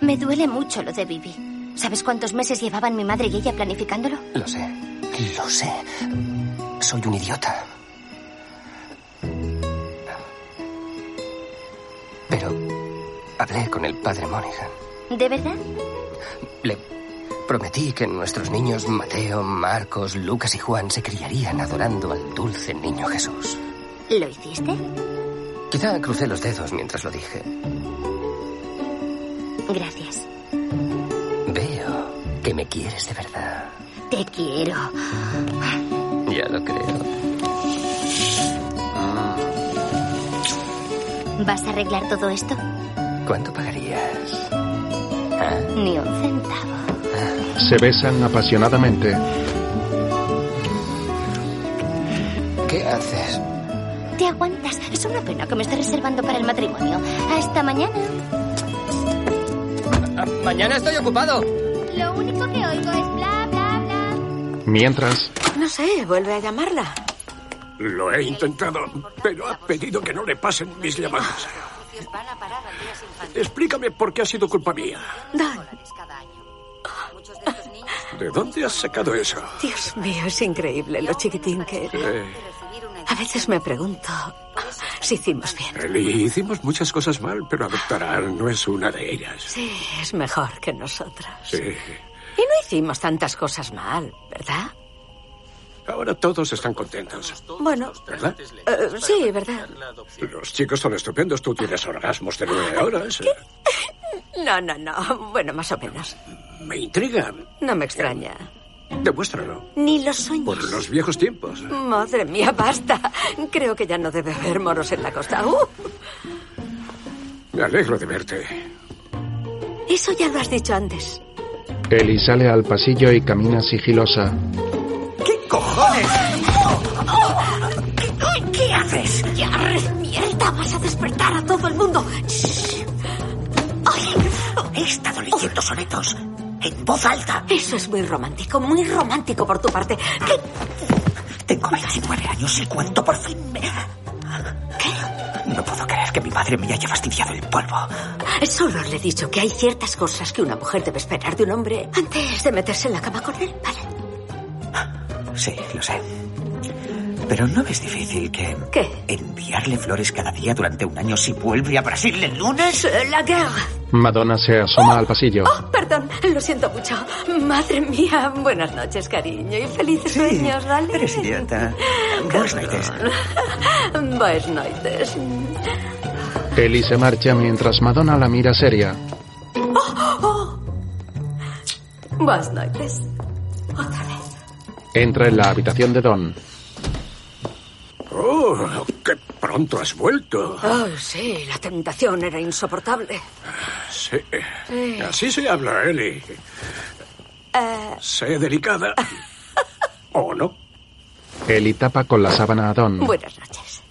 Speaker 12: Me duele mucho lo de Vivi. ¿Sabes cuántos meses llevaban mi madre y ella planificándolo?
Speaker 4: Lo sé. Lo sé. Soy un idiota. Pero hablé con el padre Monaghan.
Speaker 12: ¿De verdad?
Speaker 4: Le prometí que nuestros niños Mateo, Marcos, Lucas y Juan se criarían adorando al dulce niño Jesús.
Speaker 12: ¿Lo hiciste?
Speaker 4: Quizá crucé los dedos mientras lo dije.
Speaker 12: Gracias.
Speaker 4: Veo que me quieres de verdad.
Speaker 12: Te quiero.
Speaker 4: Ya lo creo. Mm.
Speaker 12: ¿Vas a arreglar todo esto?
Speaker 4: ¿Cuánto pagarías? ¿Eh?
Speaker 12: Ni un centavo.
Speaker 1: Se besan apasionadamente.
Speaker 4: ¿Qué haces?
Speaker 12: Te aguantas. Es una pena que me esté reservando para el matrimonio. Hasta mañana.
Speaker 4: Ah, Mañana estoy ocupado.
Speaker 12: Lo único que oigo es bla, bla, bla.
Speaker 1: Mientras,
Speaker 5: No sé, vuelve a llamarla.
Speaker 2: Lo he intentado, pero ha pedido que no le pasen mis llamadas. Explícame por qué ha sido culpa mía. ¿De dónde has sacado eso?
Speaker 5: Dios mío, es increíble lo chiquitín que era.
Speaker 2: Eh,
Speaker 5: A veces me pregunto si hicimos bien.
Speaker 2: Eli, Eh, hicimos muchas cosas mal, pero adoptar no es una de ellas.
Speaker 5: Sí, es mejor que nosotras.
Speaker 2: Sí.
Speaker 5: Y no hicimos tantas cosas mal, ¿verdad?
Speaker 2: Ahora todos están contentos,
Speaker 5: Bueno,
Speaker 2: ¿verdad?
Speaker 5: eh, sí, ¿verdad?
Speaker 2: Los chicos son estupendos. Tú tienes orgasmos de nueve horas.
Speaker 5: No, no, no. Bueno, más o menos.
Speaker 2: Me intriga.
Speaker 5: No me extraña.
Speaker 2: Demuéstralo.
Speaker 5: Ni los sueños.
Speaker 2: Por los viejos tiempos.
Speaker 5: Madre mía, basta. Creo que ya no debe haber moros en la costa. ¡Uh!
Speaker 2: Me alegro de verte.
Speaker 5: Eso ya lo has dicho antes.
Speaker 1: Ellie sale al pasillo y camina sigilosa.
Speaker 9: ¡Cojones!
Speaker 24: ¿Qué, qué haces? ¡Ya eres mierda! ¡Vas a despertar a todo el mundo! Shh. Ay,
Speaker 5: He estado leyendo sonetos en voz alta. Eso es muy romántico, muy romántico por tu parte.
Speaker 9: Tengo 29 años y cuento por fin. me- No puedo creer que mi madre me haya fastidiado el polvo.
Speaker 5: Solo le he dicho que hay ciertas cosas que una mujer debe esperar de un hombre antes de meterse en la cama con él, ¿vale?
Speaker 9: Sí, lo sé. Pero no es difícil que
Speaker 5: ¿Qué?
Speaker 9: enviarle flores cada día durante un año si vuelve a Brasil el lunes. eh,
Speaker 5: La guerra.
Speaker 1: Madonna se asoma al pasillo.
Speaker 5: Perdón, lo siento mucho. Madre mía, buenas noches, cariño, y felices sueños, ¿vale?
Speaker 9: Eres idiota. Buenas noches.
Speaker 5: Buenas noches.
Speaker 1: Ellie se marcha mientras Madonna la mira seria.
Speaker 5: Oh, oh. Buenas noches. Otra vez.
Speaker 1: Entra en la habitación de Don.
Speaker 2: Oh, qué pronto has vuelto.
Speaker 5: Oh, sí, la tentación era insoportable.
Speaker 2: Sí.
Speaker 5: Sí.
Speaker 2: Así se habla, Eli.
Speaker 5: Eh,
Speaker 2: Sé delicada. ¿O no?
Speaker 1: Ellie tapa con la sábana a Don.
Speaker 5: buenas noches.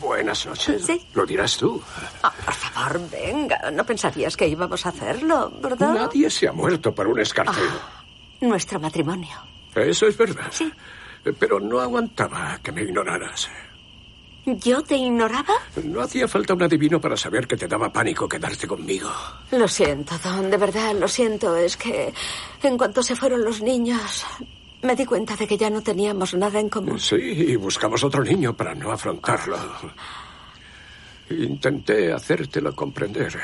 Speaker 2: Buenas noches.
Speaker 5: Sí.
Speaker 2: Lo dirás tú.
Speaker 5: Ah, por favor, venga. No pensarías que íbamos a hacerlo, ¿verdad?
Speaker 2: Nadie se ha muerto por un
Speaker 5: Ah.
Speaker 2: escarceo.
Speaker 5: Nuestro matrimonio.
Speaker 2: Eso es verdad. Sí. Pero no aguantaba que me ignoraras.
Speaker 5: ¿Yo te ignoraba?
Speaker 2: No hacía falta un adivino para saber que te daba pánico quedarte conmigo.
Speaker 5: Lo siento, Don, de verdad, lo siento. Es que en cuanto se fueron los niños, me di cuenta de que ya no teníamos nada en común.
Speaker 2: Sí, y buscamos otro niño para no afrontarlo. Intenté hacértelo comprender.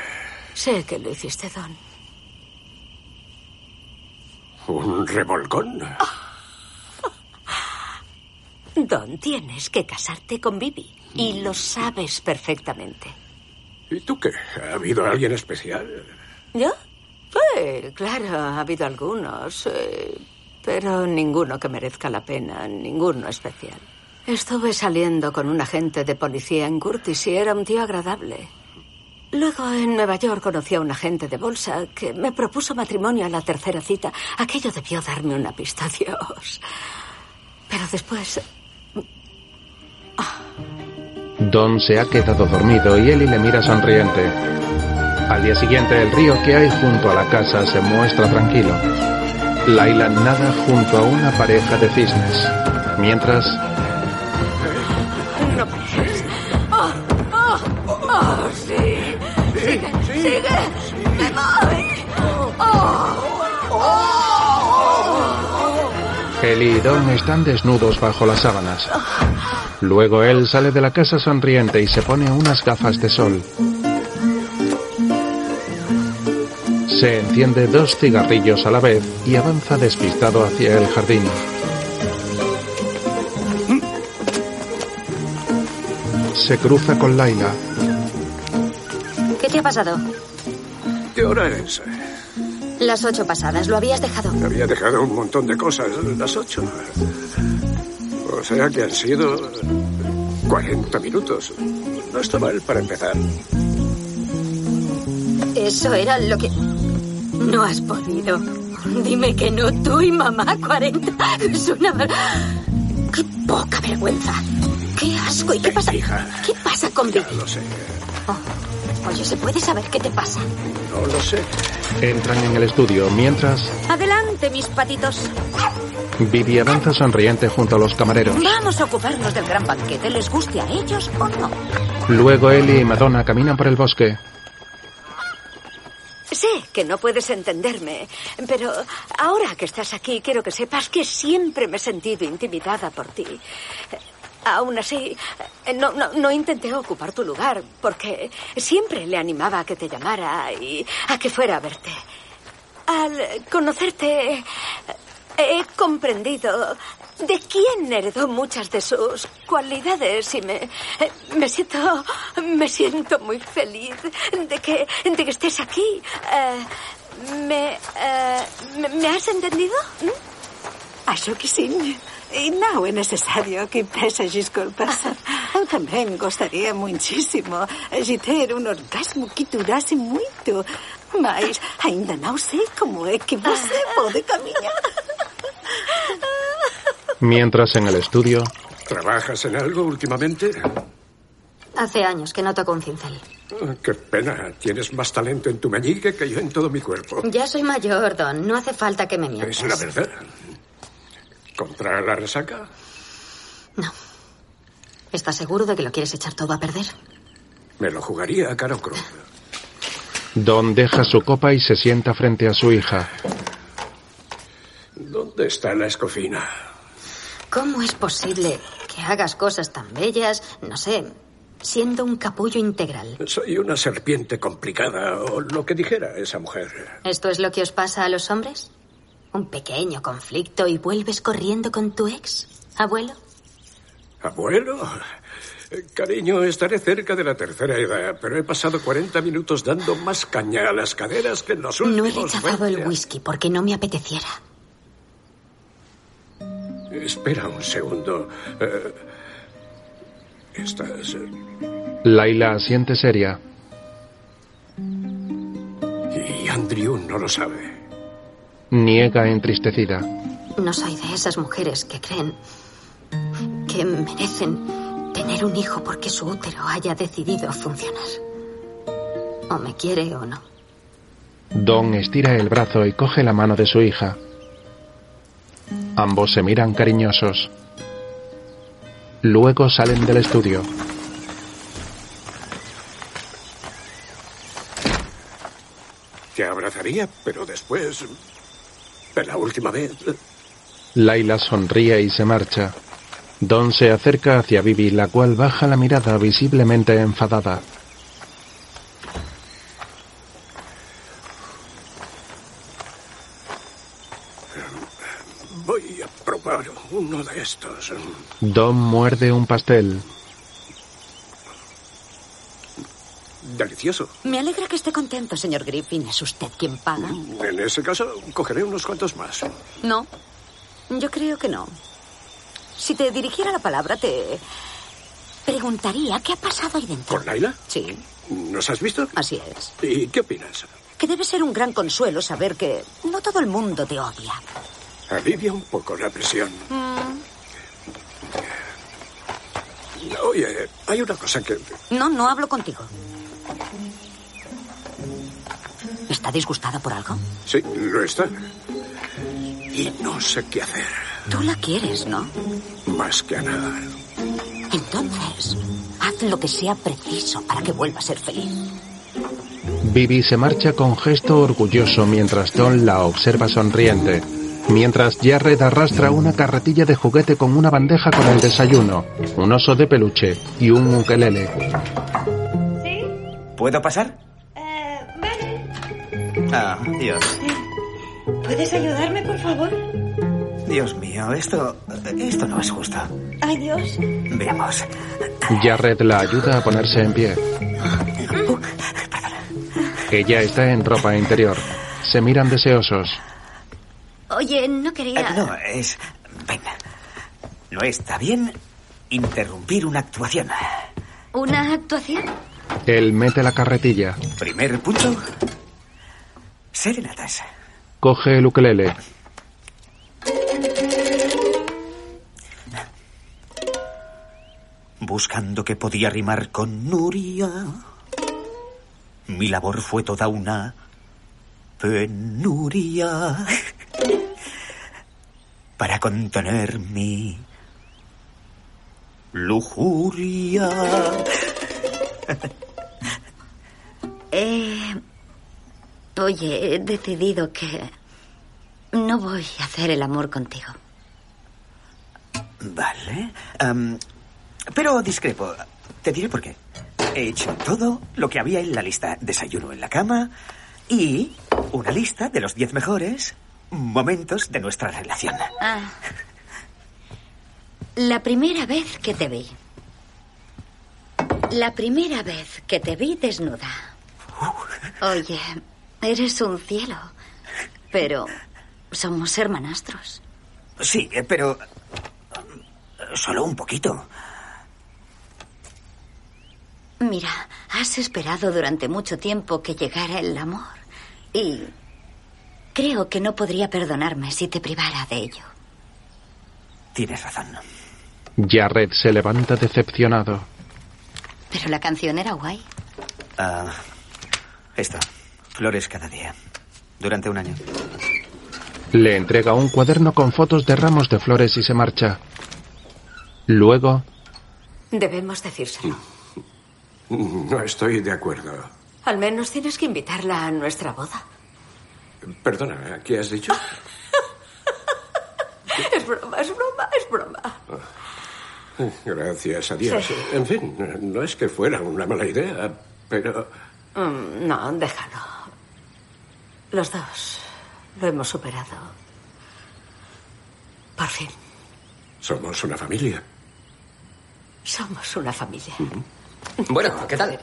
Speaker 5: Sé que lo hiciste, Don.
Speaker 2: ¿Un revolcón?
Speaker 5: Don, tienes que casarte con Vivi. Y lo sabes perfectamente.
Speaker 2: ¿Y tú qué? ¿Ha habido alguien especial?
Speaker 5: ¿Yo? Sí, Pues, claro, ha habido algunos, eh, pero ninguno que merezca la pena, ninguno especial. Estuve saliendo con un agente de policía en Curtis y era un tío agradable. Luego en Nueva York conocí a un agente de bolsa que me propuso matrimonio a la tercera cita. Aquello debió darme una pista, Dios. Pero después
Speaker 1: Don se ha quedado dormido y Ellie le mira sonriente. Al día siguiente, el río que hay junto a la casa se muestra tranquilo. Laila nada junto a una pareja de cisnes. Mientras,
Speaker 5: No pares. ¡Oh, oh, oh, sí! ¡Sigue, sigue! ¡Me voy! ¡Oh!
Speaker 1: Ellie y Don están desnudos bajo las sábanas. Luego él sale de la casa sonriente y se pone unas gafas de sol. Se enciende dos cigarrillos a la vez y avanza despistado hacia el jardín. Se cruza con Laila.
Speaker 8: ¿Qué te ha pasado?
Speaker 2: ¿Qué hora es?
Speaker 8: Las ocho pasadas, lo habías dejado.
Speaker 2: Había dejado un montón de cosas, las ocho. O sea que han sido 40 minutos. No está mal para empezar.
Speaker 8: Eso era lo que... No has podido. Dime que no, tú y mamá, 40. Es una... ver- ¡Qué poca vergüenza! ¡Qué asco! ¿Y qué pasa? ¿Qué pasa con Vicky? Oh, pues
Speaker 2: lo sé.
Speaker 8: Oye, ¿se puede saber qué te pasa?
Speaker 2: No lo sé.
Speaker 1: Entran en el estudio mientras
Speaker 16: Adelante, mis patitos.
Speaker 1: Vivi avanza sonriente junto a los camareros.
Speaker 16: Vamos a ocuparnos del gran banquete, les guste a ellos o no.
Speaker 1: Luego Ellie y Madonna caminan por el bosque.
Speaker 5: Sé que no puedes entenderme, pero ahora que estás aquí quiero que sepas que siempre me he sentido intimidada por ti. Eh, Aún así, eh, no, no, no intenté ocupar tu lugar, porque siempre le animaba a que te llamara y a que fuera a verte. Al conocerte, eh, he comprendido de quién heredó muchas de sus cualidades y me, eh, me siento, me siento muy feliz de que, de que estés aquí. Eh, me, eh, me, me has entendido? ¿Mm?
Speaker 25: Això que sí. Y no es necesario que peses disculpas. Yo también gostaría muchísimo de tener un orgasmo que durase mucho. Mas ainda no sé cómo es que você puede caminar.
Speaker 1: Mientras en el estudio,
Speaker 2: ¿Trabajas en algo últimamente?
Speaker 8: Hace años que no toco un cincel.
Speaker 2: Ah, Qué pena. Tienes más talento en tu meñique que yo en todo mi cuerpo.
Speaker 8: Ya soy mayor, Don. No hace falta que me mientas.
Speaker 2: Es la verdad. ¿Contra la resaca?
Speaker 8: ¿Estás seguro de que lo quieres echar todo a perder?
Speaker 2: Me lo jugaría a cara o cruz.
Speaker 1: Don deja su copa y se sienta frente a su hija.
Speaker 2: ¿Dónde está la escofina?
Speaker 8: ¿Cómo es posible que hagas cosas tan bellas, no sé, siendo un capullo integral?
Speaker 2: Soy una serpiente complicada, o lo que dijera esa mujer.
Speaker 8: ¿Esto es lo que os pasa a los hombres? ¿Un pequeño conflicto y vuelves corriendo con tu ex, abuelo?
Speaker 2: Abuelo, eh, cariño, estaré cerca de la tercera edad, pero he pasado 40 minutos dando más caña a las caderas que en los
Speaker 8: No he
Speaker 2: últimos.
Speaker 8: rechazado el whisky porque no me apeteciera.
Speaker 2: Espera un segundo. Eh, ¿Estás eh,
Speaker 1: Laila asiente seria.
Speaker 2: Y Andrew no lo sabe.
Speaker 1: Niega entristecida.
Speaker 8: No soy de esas mujeres que creen que merecen tener un hijo porque su útero haya decidido funcionar. O me quiere o no.
Speaker 1: Don estira el brazo y coge la mano de su hija. Ambos se miran cariñosos. Luego salen del estudio.
Speaker 2: Te abrazaría, pero después. De la última vez.
Speaker 1: Laila sonríe y se marcha. Don se acerca hacia Vivi, la cual baja la mirada visiblemente enfadada.
Speaker 2: Voy a probar uno de estos.
Speaker 1: Don muerde un pastel.
Speaker 2: Delicioso.
Speaker 16: Me alegra que esté contento, señor Griffin. ¿Es usted quien paga?
Speaker 5: Mm.
Speaker 2: En ese caso, cogeré unos cuantos más.
Speaker 16: No, yo creo que no. Si te dirigiera la palabra, te preguntaría qué ha pasado ahí dentro.
Speaker 2: ¿Con Laila?
Speaker 16: Sí.
Speaker 2: ¿Nos has visto?
Speaker 16: Así es.
Speaker 2: ¿Y qué opinas?
Speaker 16: Que debe ser un gran consuelo saber que no todo el mundo te odia.
Speaker 2: Alivia un poco la presión.
Speaker 5: Mm.
Speaker 2: Oye, hay una cosa que...
Speaker 16: No, no hablo contigo. ¿Está disgustada por algo?
Speaker 2: Sí, lo está. Y no sé qué hacer.
Speaker 16: Tú la quieres, ¿no?
Speaker 2: Más que a nada.
Speaker 16: Entonces, haz lo que sea preciso para que vuelva a ser feliz.
Speaker 1: Vivi se marcha con gesto orgulloso mientras Don la observa sonriente. Mientras Jared arrastra una carretilla de juguete con una bandeja con el desayuno, un oso de peluche y un ukelele.
Speaker 9: ¿Puedo pasar? Ah, Dios.
Speaker 10: ¿Puedes ayudarme, por favor?
Speaker 9: Dios mío, esto. Esto no es justo.
Speaker 10: Ay, Dios.
Speaker 9: Veamos.
Speaker 1: Jared la ayuda a ponerse en pie. Ella está en ropa interior. Se miran deseosos.
Speaker 8: Oye, no
Speaker 9: Eh,
Speaker 8: quería...
Speaker 9: No, es. Venga. No está bien Interrumpir una actuación.
Speaker 26: ¿Una actuación?
Speaker 1: Él mete la carretilla,
Speaker 9: Primer punto. Serenatas.
Speaker 1: coge el ukelele,
Speaker 9: Buscando que podía rimar con Nuria. Mi labor fue toda una penuria. Para contener mi lujuria.
Speaker 7: Eh, oye, he decidido que no voy a hacer el amor contigo.
Speaker 9: Vale. Am, pero discrepo. Te diré por qué. He hecho todo lo que había en la lista. Desayuno en la cama y una lista de los 10 mejores momentos de nuestra relación.
Speaker 7: Ah. La primera vez que te vi. La primera vez que te vi desnuda. Oye, eres un cielo. Pero somos hermanastros.
Speaker 9: Sí, eh, pero... eh, Solo un poquito.
Speaker 7: Mira, has esperado durante mucho tiempo que llegara el amor. Y creo que no podría perdonarme si te privara de ello.
Speaker 9: Tienes razón.
Speaker 1: Jared se levanta decepcionado.
Speaker 7: Pero la canción era guay.
Speaker 9: Ah, esto. Flores cada día. Durante un año.
Speaker 1: Le entrega un cuaderno con fotos de ramos de flores y se marcha. Luego,
Speaker 5: Debemos decírselo.
Speaker 2: No estoy de acuerdo.
Speaker 5: Al menos tienes que invitarla a nuestra boda.
Speaker 2: Perdona, ¿qué has dicho?
Speaker 5: Es broma, es broma, es broma.
Speaker 2: Gracias a Dios.
Speaker 5: Sí.
Speaker 2: En fin, no es que fuera una mala idea, pero...
Speaker 5: Mm, no, déjalo. Los dos lo hemos superado. Por fin,
Speaker 2: Somos una familia.
Speaker 5: somos una familia.
Speaker 2: Bueno, ¿qué tal?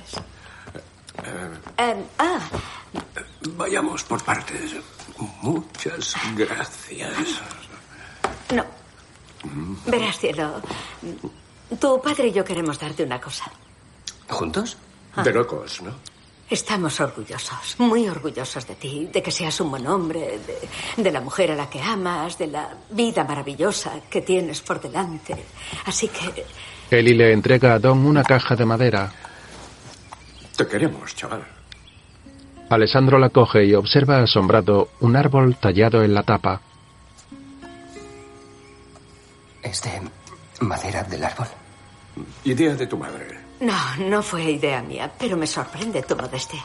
Speaker 5: Em, ah,
Speaker 2: Eh, vayamos por partes. Muchas gracias.
Speaker 5: no. Verás, cielo. Tu padre y yo queremos darte una cosa.
Speaker 2: ¿Juntos? De locos, ¿no?
Speaker 5: Estamos orgullosos, muy orgullosos de ti, de que seas un buen hombre, de, de la mujer a la que amas, de la vida maravillosa que tienes por delante. Así que,
Speaker 1: Ellie le entrega a Don una caja de madera.
Speaker 2: Te queremos, chaval.
Speaker 1: Alessandro la coge y observa asombrado un árbol tallado en la tapa.
Speaker 4: ¿Es de este madera del árbol?
Speaker 2: Idea de tu madre.
Speaker 5: no, no fue idea mía, pero me sorprende tu modestia.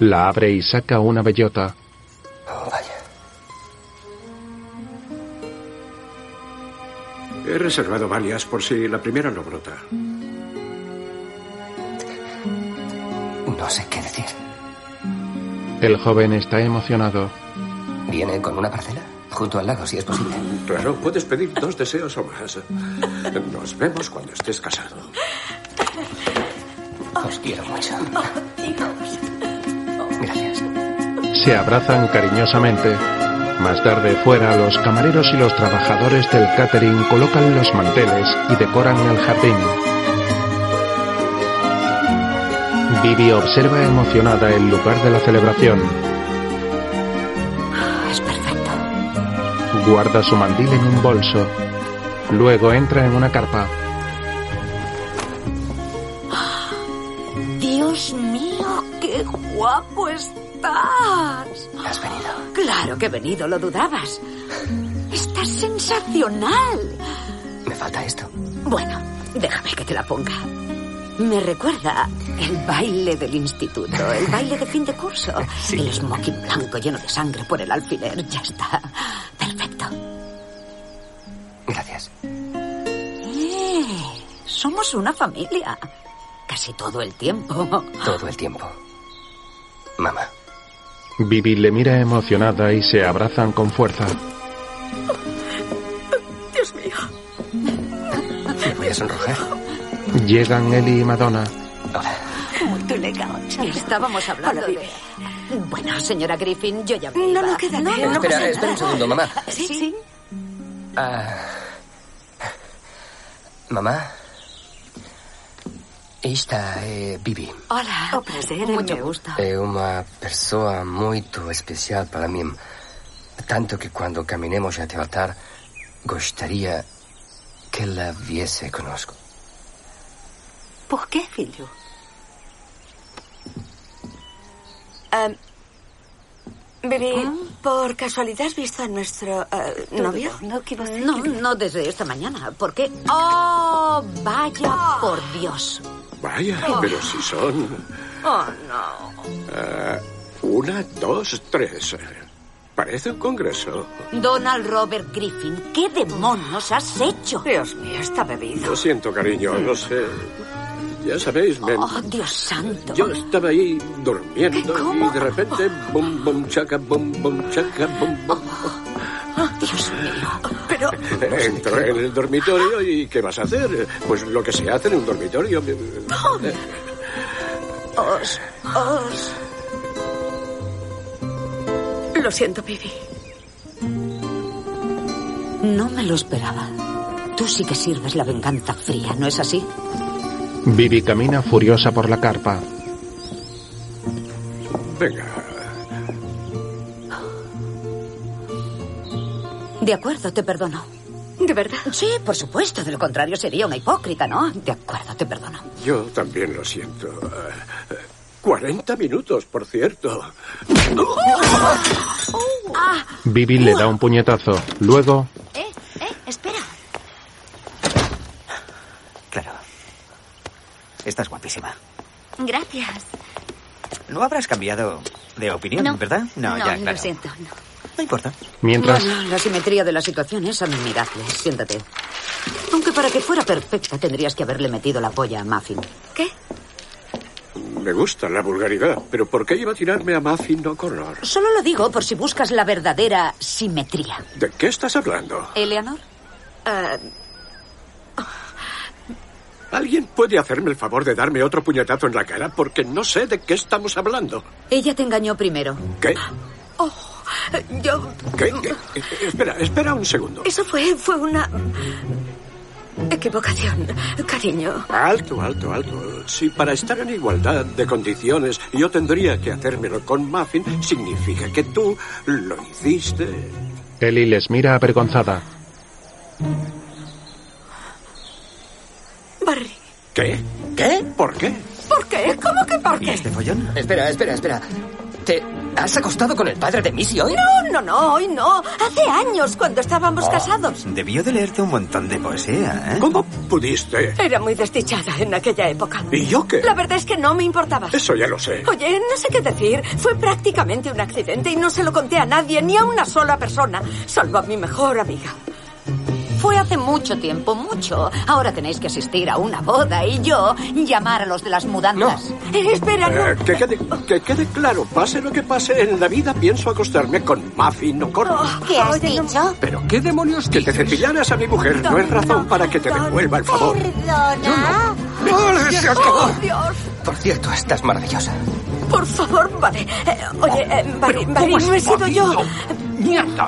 Speaker 1: La abre y saca una bellota.
Speaker 2: He reservado varias por si la primera no brota.
Speaker 4: No sé qué decir.
Speaker 1: El joven está emocionado.
Speaker 4: ¿Viene con una parcela? Junto al lago, si es posible.
Speaker 2: Claro, puedes pedir dos deseos o más. Nos vemos cuando estés casado.
Speaker 4: Os quiero mucho. Gracias.
Speaker 1: Se abrazan cariñosamente. Más tarde fuera, los camareros y los trabajadores del catering colocan los manteles y decoran el jardín. Vivi observa emocionada el lugar de la celebración.
Speaker 14: Ah, Es perfecto.
Speaker 1: Guarda su mandil en un bolso. Luego entra en una carpa.
Speaker 14: Dios mío, qué guapo estás.
Speaker 4: ¿Has venido?
Speaker 5: Claro que he venido, lo dudabas.
Speaker 14: Estás sensacional.
Speaker 4: Me falta esto.
Speaker 5: Bueno, déjame que te la ponga. Me recuerda el baile del instituto, el baile de fin de curso, el smoking blanco lleno de sangre por el alfiler, ya está. Perfecto.
Speaker 4: Gracias.
Speaker 5: Eh, somos una familia. Casi todo el tiempo.
Speaker 4: Todo el tiempo. Mamá.
Speaker 1: Vivi le mira emocionada y se abrazan con fuerza.
Speaker 14: Dios mío.
Speaker 4: Me voy a sonrojar.
Speaker 1: Llegan Ellie y Madonna.
Speaker 5: Tu legado, Estábamos hablando de... Bueno, señora Griffin, yo ya me
Speaker 14: No,
Speaker 5: iba.
Speaker 14: no, quédate.
Speaker 5: No, no
Speaker 4: Eh, espera,
Speaker 5: pasa nada.
Speaker 4: espera un segundo, mamá.
Speaker 5: Sí, sí.
Speaker 4: Ah, Mamá. Esta eh, é Bibi.
Speaker 5: Hola.
Speaker 27: Oh,
Speaker 28: O placer,
Speaker 5: Mucho
Speaker 28: me gusto.
Speaker 4: É uma pessoa muito especial para mim. Tanto que quando caminemos até o altar, gostaria que ela viesse conosco.
Speaker 5: Oh,
Speaker 29: ¿Por qué, filho?
Speaker 27: Em,
Speaker 5: Ah, Bibi, ¿por casualidad has visto a nuestro ah, novio?
Speaker 29: No, que vos-
Speaker 27: eh, No, no desde esta mañana. ¿Por qué? ¡Oh,
Speaker 5: Ah.
Speaker 27: vaya por Dios!
Speaker 2: Vaya,
Speaker 27: Oh.
Speaker 2: pero si son.
Speaker 27: ¡Oh, no!
Speaker 2: ah, una, dos, tres. Parece un congreso.
Speaker 27: Donald Robert Griffin, ¿qué demonios has hecho? Dios mío, está bebido.
Speaker 2: Lo siento, cariño, no sé. Ya sabéis, me-
Speaker 27: ¡Oh, Dios santo!
Speaker 2: yo estaba ahí durmiendo y de repente, bum, bum, chaca, bum, bum, chaca, bum, bum.
Speaker 27: Oh, Dios mío.
Speaker 2: Pero... Entro en el dormitorio y ¿qué vas a hacer? Pues lo que se hace en un dormitorio.
Speaker 14: Oh,
Speaker 27: Oh,
Speaker 5: Os, os. Lo siento, Bibi.
Speaker 27: No me lo esperaba. Tú sí que sirves la venganza fría, ¿no es así?
Speaker 1: Bibi camina furiosa por la carpa.
Speaker 2: Venga,
Speaker 27: De acuerdo, te perdono.
Speaker 5: ¿De verdad?
Speaker 27: Sí, por supuesto. De lo contrario sería una hipócrita, ¿no? De acuerdo, te perdono.
Speaker 2: yo también lo siento. Ah, ah, 40 minutos, por cierto.
Speaker 1: Bibi le da un puñetazo. Luego,
Speaker 7: Ah, Eh, eh, espera.
Speaker 9: Claro. Estás guapísima.
Speaker 7: Gracias.
Speaker 9: No habrás cambiado de opinión,
Speaker 27: No.
Speaker 9: ¿verdad? No, ya, claro.
Speaker 27: lo siento. no.
Speaker 9: No importa.
Speaker 1: Mientras-
Speaker 27: Bueno, la simetría de la situación es admirable. Siéntate. Aunque para que fuera perfecta tendrías que haberle metido la polla a Muffin.
Speaker 2: Me gusta la vulgaridad, pero ¿por qué iba a tirarme a Muffin O'Connor?
Speaker 27: Solo lo digo por si buscas la verdadera simetría. Ah,
Speaker 2: ¿De qué estás hablando?
Speaker 27: ¿Eleanor?
Speaker 2: ¿Alguien puede hacerme el favor de darme otro puñetazo en la cara? Porque no sé de qué estamos hablando.
Speaker 27: Ella te engañó primero.
Speaker 2: ¿Qué?
Speaker 5: Yo.
Speaker 2: ¿Qué? ¿Qué? Eh, Espera, espera un segundo.
Speaker 5: Eso fue, fue una. equivocación, cariño.
Speaker 2: Alto, alto, alto. Si para estar en igualdad de condiciones yo tendría que hacérmelo con Muffin, significa que tú lo hiciste.
Speaker 1: Ellie les mira avergonzada.
Speaker 5: Barry.
Speaker 2: ¿Qué? ¿Qué? ¿Por qué?
Speaker 5: ¿Por qué? ¿Cómo que por qué?
Speaker 9: este follón?
Speaker 4: Espera, espera, espera. ¿Te has acostado con el padre de Missy hoy?
Speaker 5: No, no, no, hoy no. Hace años, cuando estábamos
Speaker 9: Oh.
Speaker 5: casados.
Speaker 9: Debió de leerte un montón de poesía, ¿eh?
Speaker 2: ¿Cómo pudiste?
Speaker 5: Era muy desdichada en aquella época.
Speaker 2: ¿Y yo qué?
Speaker 5: La verdad es que no me importaba.
Speaker 2: Eso ya lo sé.
Speaker 5: Oye, no sé qué decir. Fue prácticamente un accidente y no se lo conté a nadie, ni a una sola persona, salvo a mi mejor amiga.
Speaker 27: Fue hace mucho tiempo, mucho. Ahora tenéis que asistir a una boda y yo llamar a los de las mudanzas.
Speaker 5: Eh, espera,
Speaker 2: Eh, que, quede, que quede claro, pase lo que pase en la vida, pienso acostarme con Muffin o con...
Speaker 14: Oh,
Speaker 10: Oh,
Speaker 14: ¿Qué has dicho?
Speaker 2: ¿Pero qué demonios Que te cepillaras a mi mujer no es razón para que te devuelva el favor.
Speaker 14: Perdona.
Speaker 4: ¡Ole, se acabó!
Speaker 5: Oh, Dios.
Speaker 4: Por cierto, estás maravillosa.
Speaker 5: Por favor, vale. Eh, oye, eh, Barry, Barry,
Speaker 4: has
Speaker 5: no he sido yo.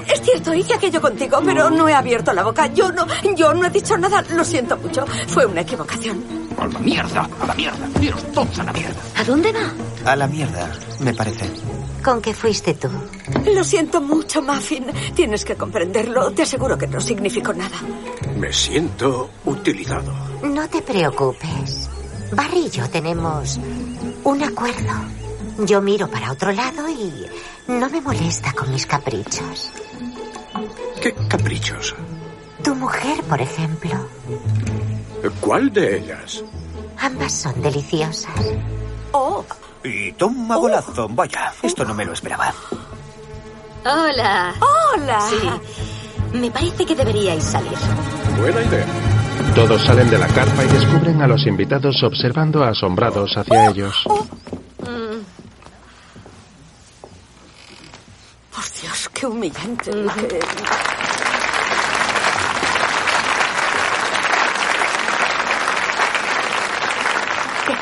Speaker 5: Es cierto, hice aquello contigo, pero no he abierto la boca. Yo no, yo no he dicho nada. Lo siento mucho. Fue una equivocación.
Speaker 30: A la mierda, a la mierda. Dios, todos a la mierda.
Speaker 14: ¿A dónde va?
Speaker 9: A la mierda, me parece.
Speaker 14: ¿Con qué fuiste tú?
Speaker 5: Lo siento mucho, Muffin. Tienes que comprenderlo. Te aseguro que no significó nada.
Speaker 2: Me siento utilizado.
Speaker 14: No te preocupes. Barry y yo tenemos un acuerdo. Yo miro para otro lado y no me molesta con mis caprichos.
Speaker 2: ¿Qué caprichos?
Speaker 14: Tu mujer, por ejemplo,
Speaker 2: ¿Cuál de ellas?
Speaker 14: ambas son deliciosas.
Speaker 5: Oh,
Speaker 9: Y toma golazo, vaya. Esto no me lo esperaba.
Speaker 8: Hola.
Speaker 5: Hola.
Speaker 8: Sí. Me parece que deberíais salir.
Speaker 2: Buena idea.
Speaker 1: Todos salen de la carpa y descubren a los invitados observando asombrados hacia ellos.
Speaker 14: Mm.
Speaker 5: por Dios, qué humillante.
Speaker 14: Mm.
Speaker 5: Qué-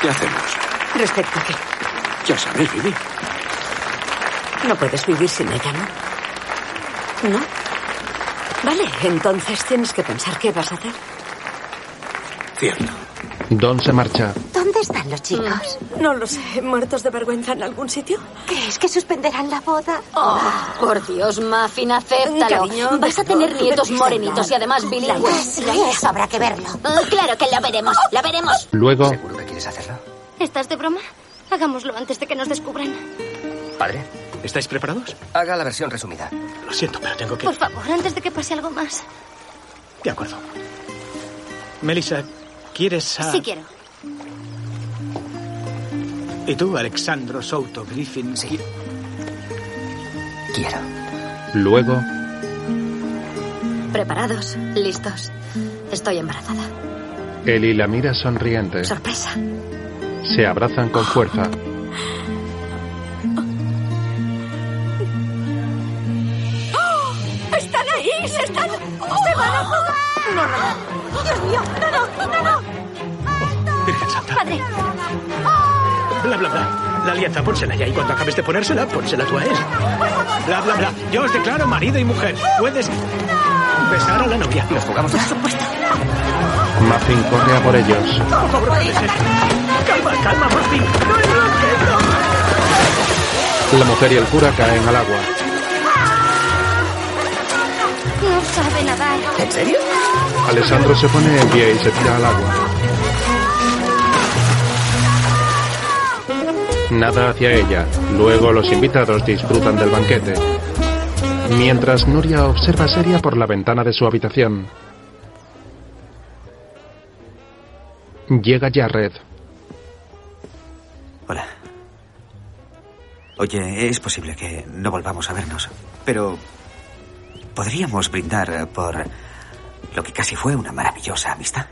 Speaker 2: ¿Qué hacemos?
Speaker 5: Respecto a qué.
Speaker 2: Ya sabéis, Vivi.
Speaker 5: No puedes vivir sin ella, ¿no? ¿No? Vale, entonces tienes que pensar qué vas a hacer.
Speaker 2: Cierto.
Speaker 1: Don se marcha.
Speaker 31: ¿Dónde están los chicos?
Speaker 5: Mm,
Speaker 14: No lo sé, muertos de vergüenza en algún sitio.
Speaker 31: ¿Crees que suspenderán la boda?
Speaker 8: Oh, por Dios, Muffin, acéptalo.
Speaker 14: Cariño,
Speaker 8: Vas a
Speaker 14: perdón,
Speaker 8: tener
Speaker 14: tú
Speaker 8: nietos
Speaker 14: perdiste
Speaker 8: morenitos
Speaker 14: nada.
Speaker 8: y además bilingües.
Speaker 31: Sí, eso habrá que verlo.
Speaker 12: Oh, Claro que lo veremos, lo veremos.
Speaker 1: Luego,
Speaker 4: ¿Quieres hacerlo?
Speaker 12: ¿Estás de broma? Hagámoslo antes de que nos descubran.
Speaker 4: Padre.
Speaker 6: ¿Estáis preparados?
Speaker 4: Haga la versión resumida.
Speaker 6: Lo siento, pero tengo que...
Speaker 12: Por favor, antes de que pase algo más.
Speaker 6: De acuerdo. Melissa, ¿quieres
Speaker 4: Ah.
Speaker 6: a...
Speaker 12: Sí quiero.
Speaker 6: ¿Y tú, Alexandro Souto Griffin? Sí.
Speaker 4: Quiero.
Speaker 1: luego,
Speaker 8: Preparados, listos. Estoy embarazada.
Speaker 1: Eli la mira sonriente.
Speaker 8: Sorpresa.
Speaker 1: Se abrazan con fuerza.
Speaker 32: ¡Están ahí! ¡Se están! ¡Se van a jugar! ¡No, no, no! ¡Dios mío! ¡No, no, no, no!
Speaker 6: Virgen Santa.
Speaker 32: ¡Padre!
Speaker 6: Bla, bla, bla. La alianza, pónsela ya. Y cuando acabes de ponérsela, pónsela tú a él. Bla, bla, bla. Yo os declaro marido y mujer. Puedes besar a la novia. Nos
Speaker 4: jugamos.
Speaker 6: Por supuesto.
Speaker 1: Muffin corre a por ellos.
Speaker 6: Por favor, no hagáis esto. Calma, calma, por fin. No es broma, es broma.
Speaker 1: La mujer y el cura caen al agua.
Speaker 12: No sabe nadar.
Speaker 4: ¿En serio?
Speaker 1: Alessandro se pone en pie y se tira al agua. Nada hacia ella. Luego los invitados disfrutan del banquete. Mientras Nuria observa seria por la ventana de su habitación. Llega Jared.
Speaker 9: Hola. Oye, es posible que no volvamos a vernos, pero podríamos brindar eh, por lo que casi fue una maravillosa amistad.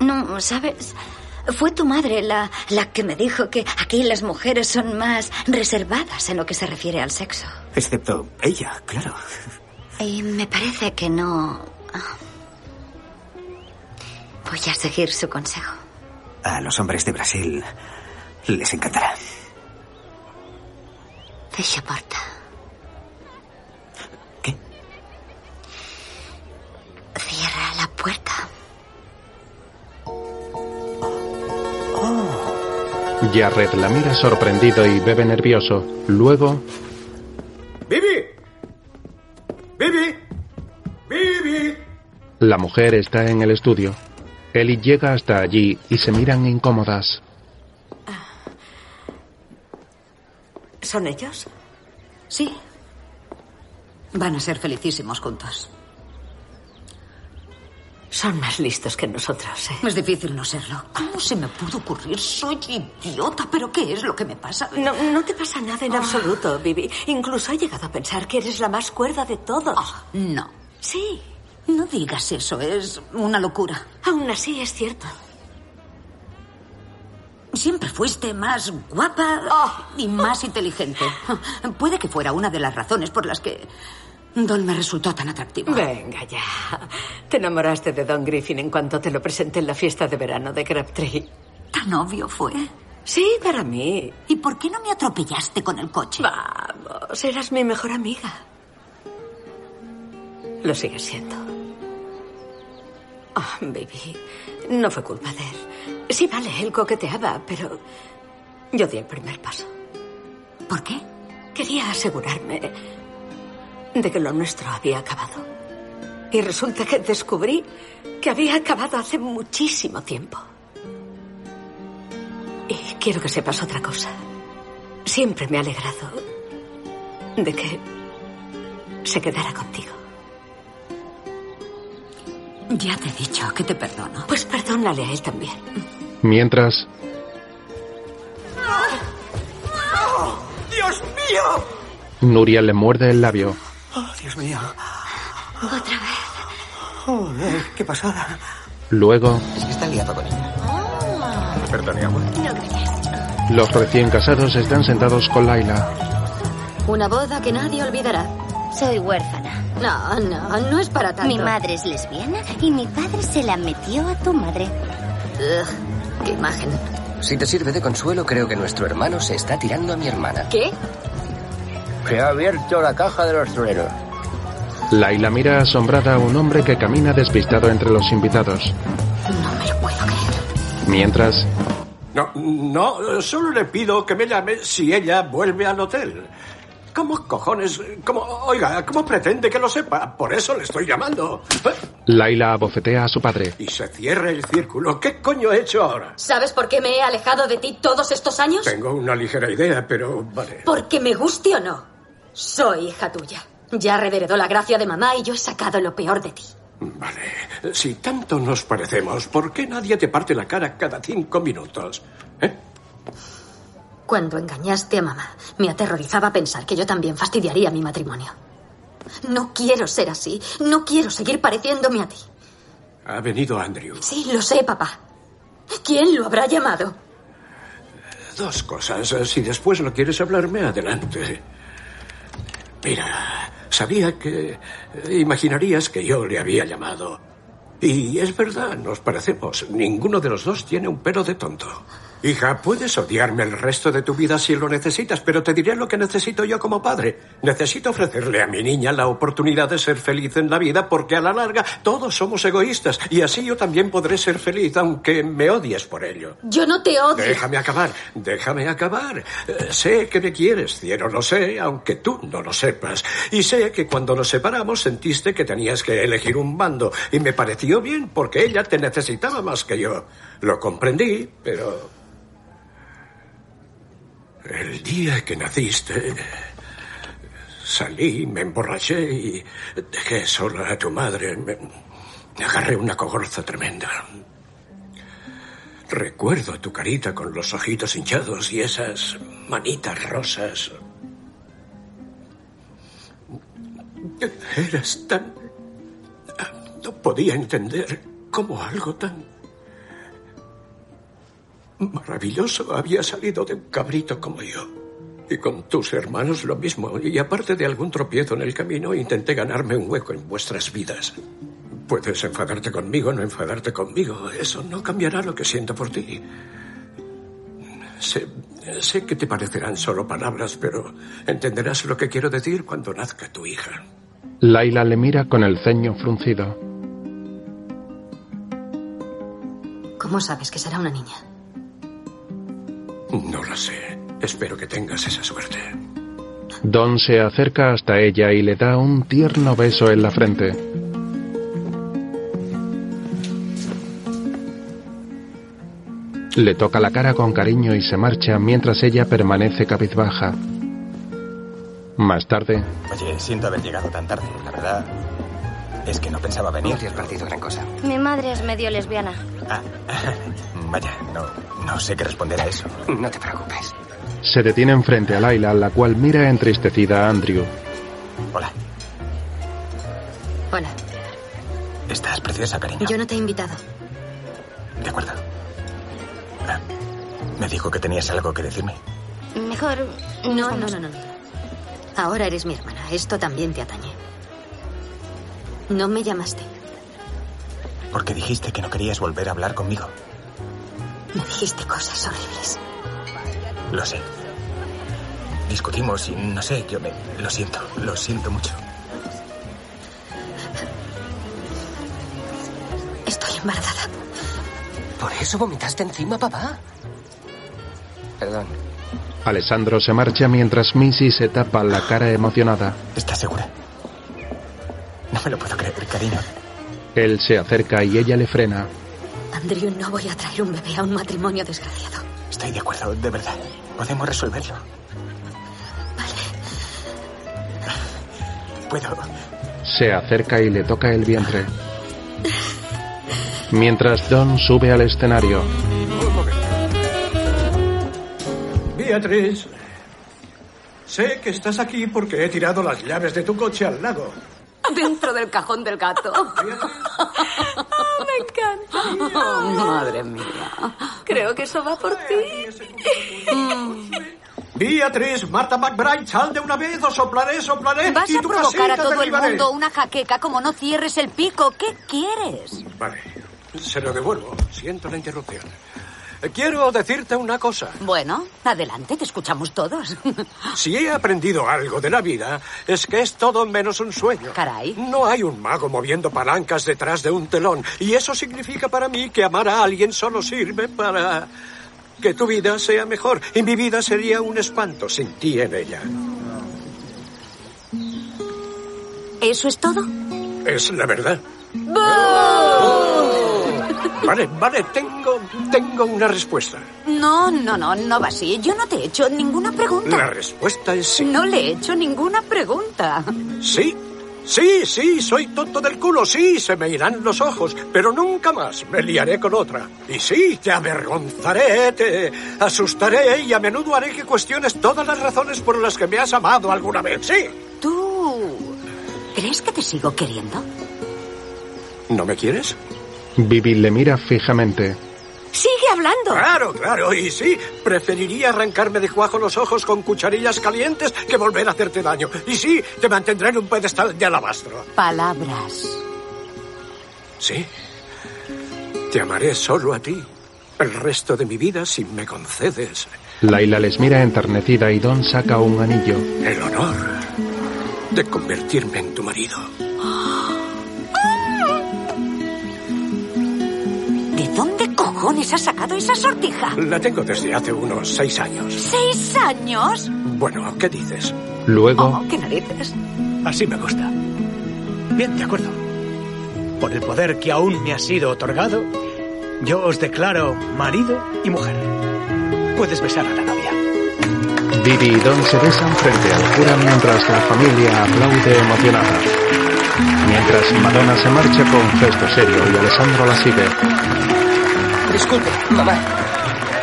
Speaker 7: No, ¿sabes? Fue tu madre la, la que me dijo que aquí las mujeres son más reservadas en lo que se refiere al sexo.
Speaker 9: Excepto ella, claro.
Speaker 7: Y me parece que no... Voy a seguir su consejo.
Speaker 9: A los hombres de Brasil les encantará.
Speaker 7: Fecha porta. ¿Qué? Cierra la puerta.
Speaker 1: Jared la mira sorprendido y bebe nervioso. Luego,
Speaker 2: ¡Vivi! ¡Vivi! ¡Vivi!
Speaker 1: la mujer está en el estudio. Ellie llega hasta allí y se miran incómodas.
Speaker 5: ¿Son ellos?
Speaker 33: Sí. Van a ser felicísimos juntos.
Speaker 5: Son más listos que nosotros, ¿eh?
Speaker 33: Es difícil no serlo. ¿Cómo se me pudo ocurrir? Soy idiota, pero ¿qué es lo que me pasa? Ah.
Speaker 5: No, no te pasa nada en absoluto, Vivi. Incluso he llegado a pensar que eres la más cuerda de todos.
Speaker 33: Ah. No.
Speaker 5: Sí,
Speaker 33: No digas eso, es una locura.
Speaker 5: aún así es cierto.
Speaker 33: Siempre fuiste más guapa
Speaker 5: Oh.
Speaker 33: y más inteligente. Puede que fuera una de las razones por las que Don me resultó tan atractivo.
Speaker 5: Venga ya. Te enamoraste de Don Griffin en cuanto te lo presenté en la fiesta de verano de Crabtree.
Speaker 33: Tan obvio fue.
Speaker 5: Sí, para mí.
Speaker 33: ¿Y por qué no me atropellaste con el coche?
Speaker 5: Vamos, eras mi mejor amiga. Lo sigues siendo. Ah, baby, no fue culpa de él. Sí, vale, él coqueteaba, pero yo di el primer paso.
Speaker 33: ¿Por qué?
Speaker 5: Quería asegurarme de que lo nuestro había acabado. Y resulta que descubrí que había acabado hace muchísimo tiempo. Y quiero que sepas otra cosa. Siempre me he alegrado de que se quedara contigo.
Speaker 33: Ya te he dicho que te perdono.
Speaker 5: Pues perdónale a él también.
Speaker 1: Mientras,
Speaker 9: ¡Oh! ¡Dios mío!
Speaker 1: Nuria le muerde el labio.
Speaker 9: ¡Oh, Dios mío! Otra vez. Joder, qué pasada.
Speaker 1: Luego,
Speaker 9: Está liado con ella. Ah.
Speaker 2: Perdone, amor.
Speaker 1: los recién casados están sentados con Laila.
Speaker 8: Una boda que nadie olvidará.
Speaker 34: Soy huérfana.
Speaker 8: No, no, no es para tanto.
Speaker 34: Mi madre es lesbiana y mi padre se la metió a tu madre.
Speaker 8: Ugh, qué imagen.
Speaker 4: Si te sirve de consuelo, creo que nuestro hermano se está tirando a mi hermana.
Speaker 8: ¿Qué?
Speaker 13: Se ha abierto la caja de los toreros.
Speaker 1: Laila mira asombrada a un hombre que camina despistado entre los invitados.
Speaker 8: No me lo puedo creer.
Speaker 1: Mientras,
Speaker 2: No, no, solo le pido que me llame si ella vuelve al hotel. ¿Cómo cojones? ¿Cómo, oiga, ¿cómo pretende que lo sepa? Por eso le estoy llamando.
Speaker 1: Laila abofetea a su padre.
Speaker 2: Y se cierra el círculo. ¿Qué coño he hecho ahora?
Speaker 35: ¿Sabes por qué me he alejado de ti todos estos años?
Speaker 2: Tengo una ligera idea, pero vale.
Speaker 35: Porque me guste o no, soy hija tuya. Ya reveredó la gracia de mamá y yo he sacado lo peor de ti.
Speaker 2: Si tanto nos parecemos, ¿por qué nadie te parte la cara cada cinco minutos?
Speaker 8: Cuando engañaste a mamá, me aterrorizaba pensar que yo también fastidiaría mi matrimonio. No quiero ser así. No quiero seguir pareciéndome a ti.
Speaker 2: Ha venido Andrew.
Speaker 8: Sí, lo sé, papá. ¿Quién lo habrá llamado?
Speaker 2: Dos cosas. Si después lo quieres hablarme, adelante. Mira, sabía que eh, imaginarías que yo le había llamado. Y es verdad, nos parecemos. Ninguno de los dos tiene un pelo de tonto. Hija, puedes odiarme el resto de tu vida si lo necesitas, pero te diré lo que necesito yo como padre. Necesito ofrecerle a mi niña la oportunidad de ser feliz en la vida porque a la larga todos somos egoístas y así yo también podré ser feliz aunque me odies por ello.
Speaker 35: Yo no te odio.
Speaker 2: Déjame acabar, déjame acabar. Eh, sé que me quieres, cielo, lo sé, aunque tú no lo sepas. Y sé que cuando nos separamos sentiste que tenías que elegir un bando. Y me pareció bien porque ella te necesitaba más que yo. Lo comprendí, pero... El día que naciste, salí, me emborraché y dejé sola a tu madre. Me me agarré una cogorza tremenda. Recuerdo tu carita con los ojitos hinchados y esas manitas rosas. Eras tan... No podía entender cómo algo tan... Maravilloso había salido de un cabrito como yo. Y con tus hermanos lo mismo. Y aparte de algún tropiezo en el camino, intenté ganarme un hueco en vuestras vidas. Puedes enfadarte conmigo, no enfadarte conmigo. Eso no cambiará lo que siento por ti. Sé, sé que te parecerán solo palabras, pero entenderás lo que quiero decir cuando nazca tu hija.
Speaker 1: Laila le mira con el ceño fruncido.
Speaker 8: ¿Cómo sabes que será una niña?
Speaker 2: No lo sé. Espero que tengas esa suerte.
Speaker 1: Don se acerca hasta ella y le da un tierno beso en la frente. Le toca la cara con cariño y se marcha mientras ella permanece cabizbaja. Más tarde,
Speaker 36: Oye, siento haber llegado tan tarde. La verdad es que no pensaba venir. No te has perdido gran cosa.
Speaker 12: Mi madre es medio lesbiana.
Speaker 36: Ah, vaya, no, no sé qué responder a eso. No te preocupes.
Speaker 1: se detienen frente a Laila, la cual mira entristecida a Andrew.
Speaker 36: Hola.
Speaker 8: Hola,
Speaker 36: Estás preciosa, cariño.
Speaker 8: yo no te he invitado.
Speaker 36: De acuerdo. Ah, me dijo que tenías algo que decirme.
Speaker 8: Mejor. No, no, no, no, no. Ahora eres mi hermana. Esto también te atañe. No me llamaste.
Speaker 36: Porque dijiste que no querías volver a hablar conmigo.
Speaker 8: Me dijiste cosas horribles.
Speaker 36: Lo sé. Discutimos y no sé, yo me... Lo siento, lo siento mucho.
Speaker 8: Estoy embarazada.
Speaker 4: ¿Por eso vomitaste encima, papá? Perdón.
Speaker 1: Alessandro se marcha mientras Missy se tapa la cara emocionada.
Speaker 36: ¿Estás segura? No me lo puedo creer, cariño.
Speaker 1: Él se acerca y ella le frena.
Speaker 8: Andrew, no voy a traer un bebé a un matrimonio desgraciado.
Speaker 36: Estoy de acuerdo, de verdad. Podemos resolverlo. Vale. Puedo.
Speaker 1: Se acerca y le toca el vientre. Mientras Don sube al escenario,
Speaker 2: Beatriz, sé que estás aquí porque he tirado las llaves de tu coche al lago.
Speaker 15: Dentro del cajón del gato. me encanta.
Speaker 5: Oh,
Speaker 15: madre mía. Creo que eso va por ti.
Speaker 5: Mm.
Speaker 2: Beatriz, Marta McBride, sal de una vez o soplaré, soplaré.
Speaker 16: Vas
Speaker 2: y
Speaker 16: a
Speaker 2: tu
Speaker 16: provocar a
Speaker 2: casita
Speaker 16: todo el
Speaker 2: derribaré.
Speaker 16: mundo una jaqueca como no cierres el pico. ¿Qué quieres?
Speaker 2: Vale, se lo devuelvo. Siento la interrupción. Quiero decirte una cosa.
Speaker 5: Bueno, adelante, te escuchamos todos.
Speaker 2: Si he aprendido algo de la vida, es que es todo menos un sueño.
Speaker 5: Caray.
Speaker 2: No hay un mago moviendo palancas detrás de un telón. Y eso significa para mí que amar a alguien solo sirve para que tu vida sea mejor. Y mi vida sería un espanto sin ti en ella.
Speaker 5: ¿Eso es todo?
Speaker 2: Es la verdad.
Speaker 5: Oh.
Speaker 2: Vale, vale, tengo, tengo una respuesta.
Speaker 5: No, no, no, no va así. Yo no te he hecho ninguna pregunta.
Speaker 2: La respuesta es sí.
Speaker 5: No le he hecho ninguna pregunta.
Speaker 2: Sí, sí, sí, soy tonto del culo, sí, se me irán los ojos, pero nunca más me liaré con otra. Y sí, te avergonzaré, te asustaré y a menudo haré que cuestiones todas las razones por las que me has amado alguna vez, sí.
Speaker 5: ¿Tú crees que te sigo queriendo?
Speaker 2: ¿No me quieres?
Speaker 1: Vivi le mira fijamente.
Speaker 37: Sigue hablando.
Speaker 2: Claro, claro, y sí, preferiría arrancarme de cuajo los ojos con cucharillas calientes que volver a hacerte daño. Y sí, te mantendré en un pedestal de alabastro.
Speaker 5: Palabras.
Speaker 2: Sí, te amaré solo a ti. El resto de mi vida si me concedes
Speaker 1: Laila les mira enternecida y Don saca un anillo.
Speaker 2: el honor de convertirme en tu marido.
Speaker 5: ¿De dónde cojones has sacado esa sortija?
Speaker 2: La tengo desde hace unos seis años.
Speaker 5: ¿Seis años?
Speaker 2: Bueno, ¿qué dices?
Speaker 1: Luego,
Speaker 5: Oh, ¿Qué narices?
Speaker 6: Así me gusta. Bien, de acuerdo. Por el poder que aún me ha sido otorgado, yo os declaro marido y mujer. Puedes besar a la novia.
Speaker 1: Vivi y Don se besan frente al cura mientras la familia aplaude emocionada. Mientras Madonna se marcha con gesto serio y Alessandro la sigue.
Speaker 4: Disculpe, mamá.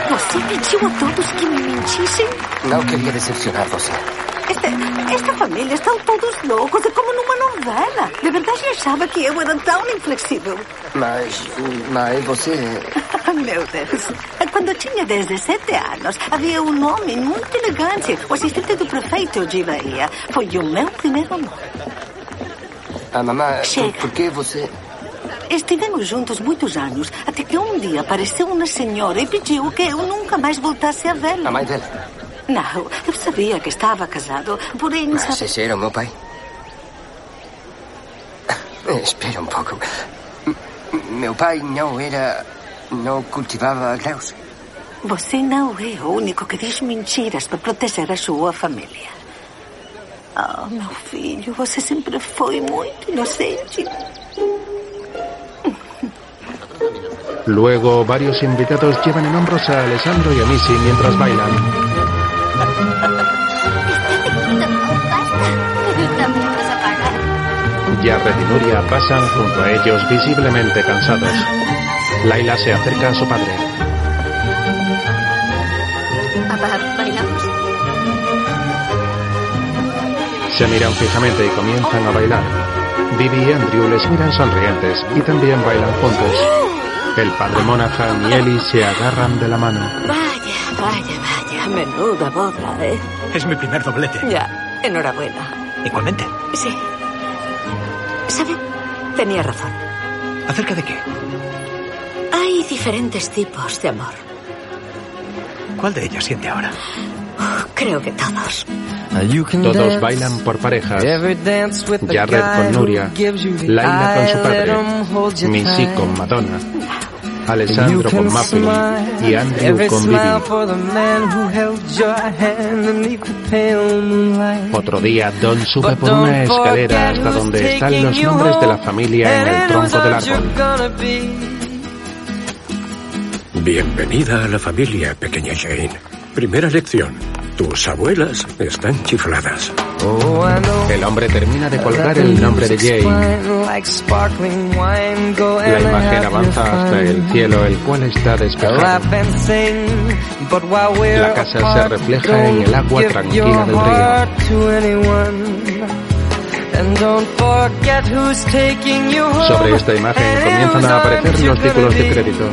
Speaker 12: ¿Você pediu a todos que me mentissem?
Speaker 4: No quería decepcionarlos.
Speaker 15: Esta, esta família estão todos loucos, é como numa novela. De verdade, eu achava que eu era tão inflexível.
Speaker 4: Mas, mas você...
Speaker 15: Ah, Meu Deus. Quando eu tinha 17 anos, havia um homem muito elegante, o assistente do prefeito de Bahia. Foi o meu primeiro amor.
Speaker 4: Ah, mamá, por, por qué você...
Speaker 15: Estivemos juntos muitos anos, até que um dia apareceu uma senhora e pediu que eu nunca mais voltasse a vê-la.
Speaker 4: A mãe dela.
Speaker 15: Não, eu sabia que estava casado, porém...
Speaker 4: Mas
Speaker 15: sabe-
Speaker 4: ese era meu pai. Eh, Espera un poco. M- Meu pai não era... Não cultivava graus.
Speaker 15: Você não é o único que diz mentiras para proteger a sua família. Ah, meu filho, você sempre foi muito inocente.
Speaker 1: Luego, varios invitados llevan en hombros a Alessandro y a Missy mientras bailan.
Speaker 12: Também vas apagar.
Speaker 1: Jared y Nuria pasan junto a ellos visiblemente cansados. Laila se acerca a su padre.
Speaker 12: Papá, bailamos.
Speaker 1: Se miran fijamente y comienzan a bailar. Vivi y Andrew les miran sonrientes y también bailan juntos. El padre Monaghan y Ellie se agarran de la mano.
Speaker 38: Vaya, vaya, vaya. Menuda boda, ¿eh?
Speaker 6: Es mi primer doblete.
Speaker 38: Ya, enhorabuena.
Speaker 6: Igualmente.
Speaker 38: Sí. ¿Sabe? Tenía razón.
Speaker 6: ¿Acerca de qué?
Speaker 38: Hay diferentes tipos de amor.
Speaker 6: ¿Cuál de ellos siente ahora?
Speaker 38: Creo que todos.
Speaker 1: Todos bailan por parejas. Jared con Nuria, Laila con su padre, Missy con Madonna, Alessandro con Muffin y Andrew con Bibi. Otro día Don sube por una escalera hasta donde están los nombres de la familia en el tronco del árbol.
Speaker 2: Bienvenida a la familia, pequeña Jane. Primera lección. Tus abuelas están chifladas.
Speaker 1: El hombre termina de colgar el nombre de Jake. La imagen avanza hasta el cielo, el cual está despejado.
Speaker 3: La casa se refleja en el agua tranquila del río.
Speaker 1: Sobre esta imagen comienzan a aparecer los títulos de crédito.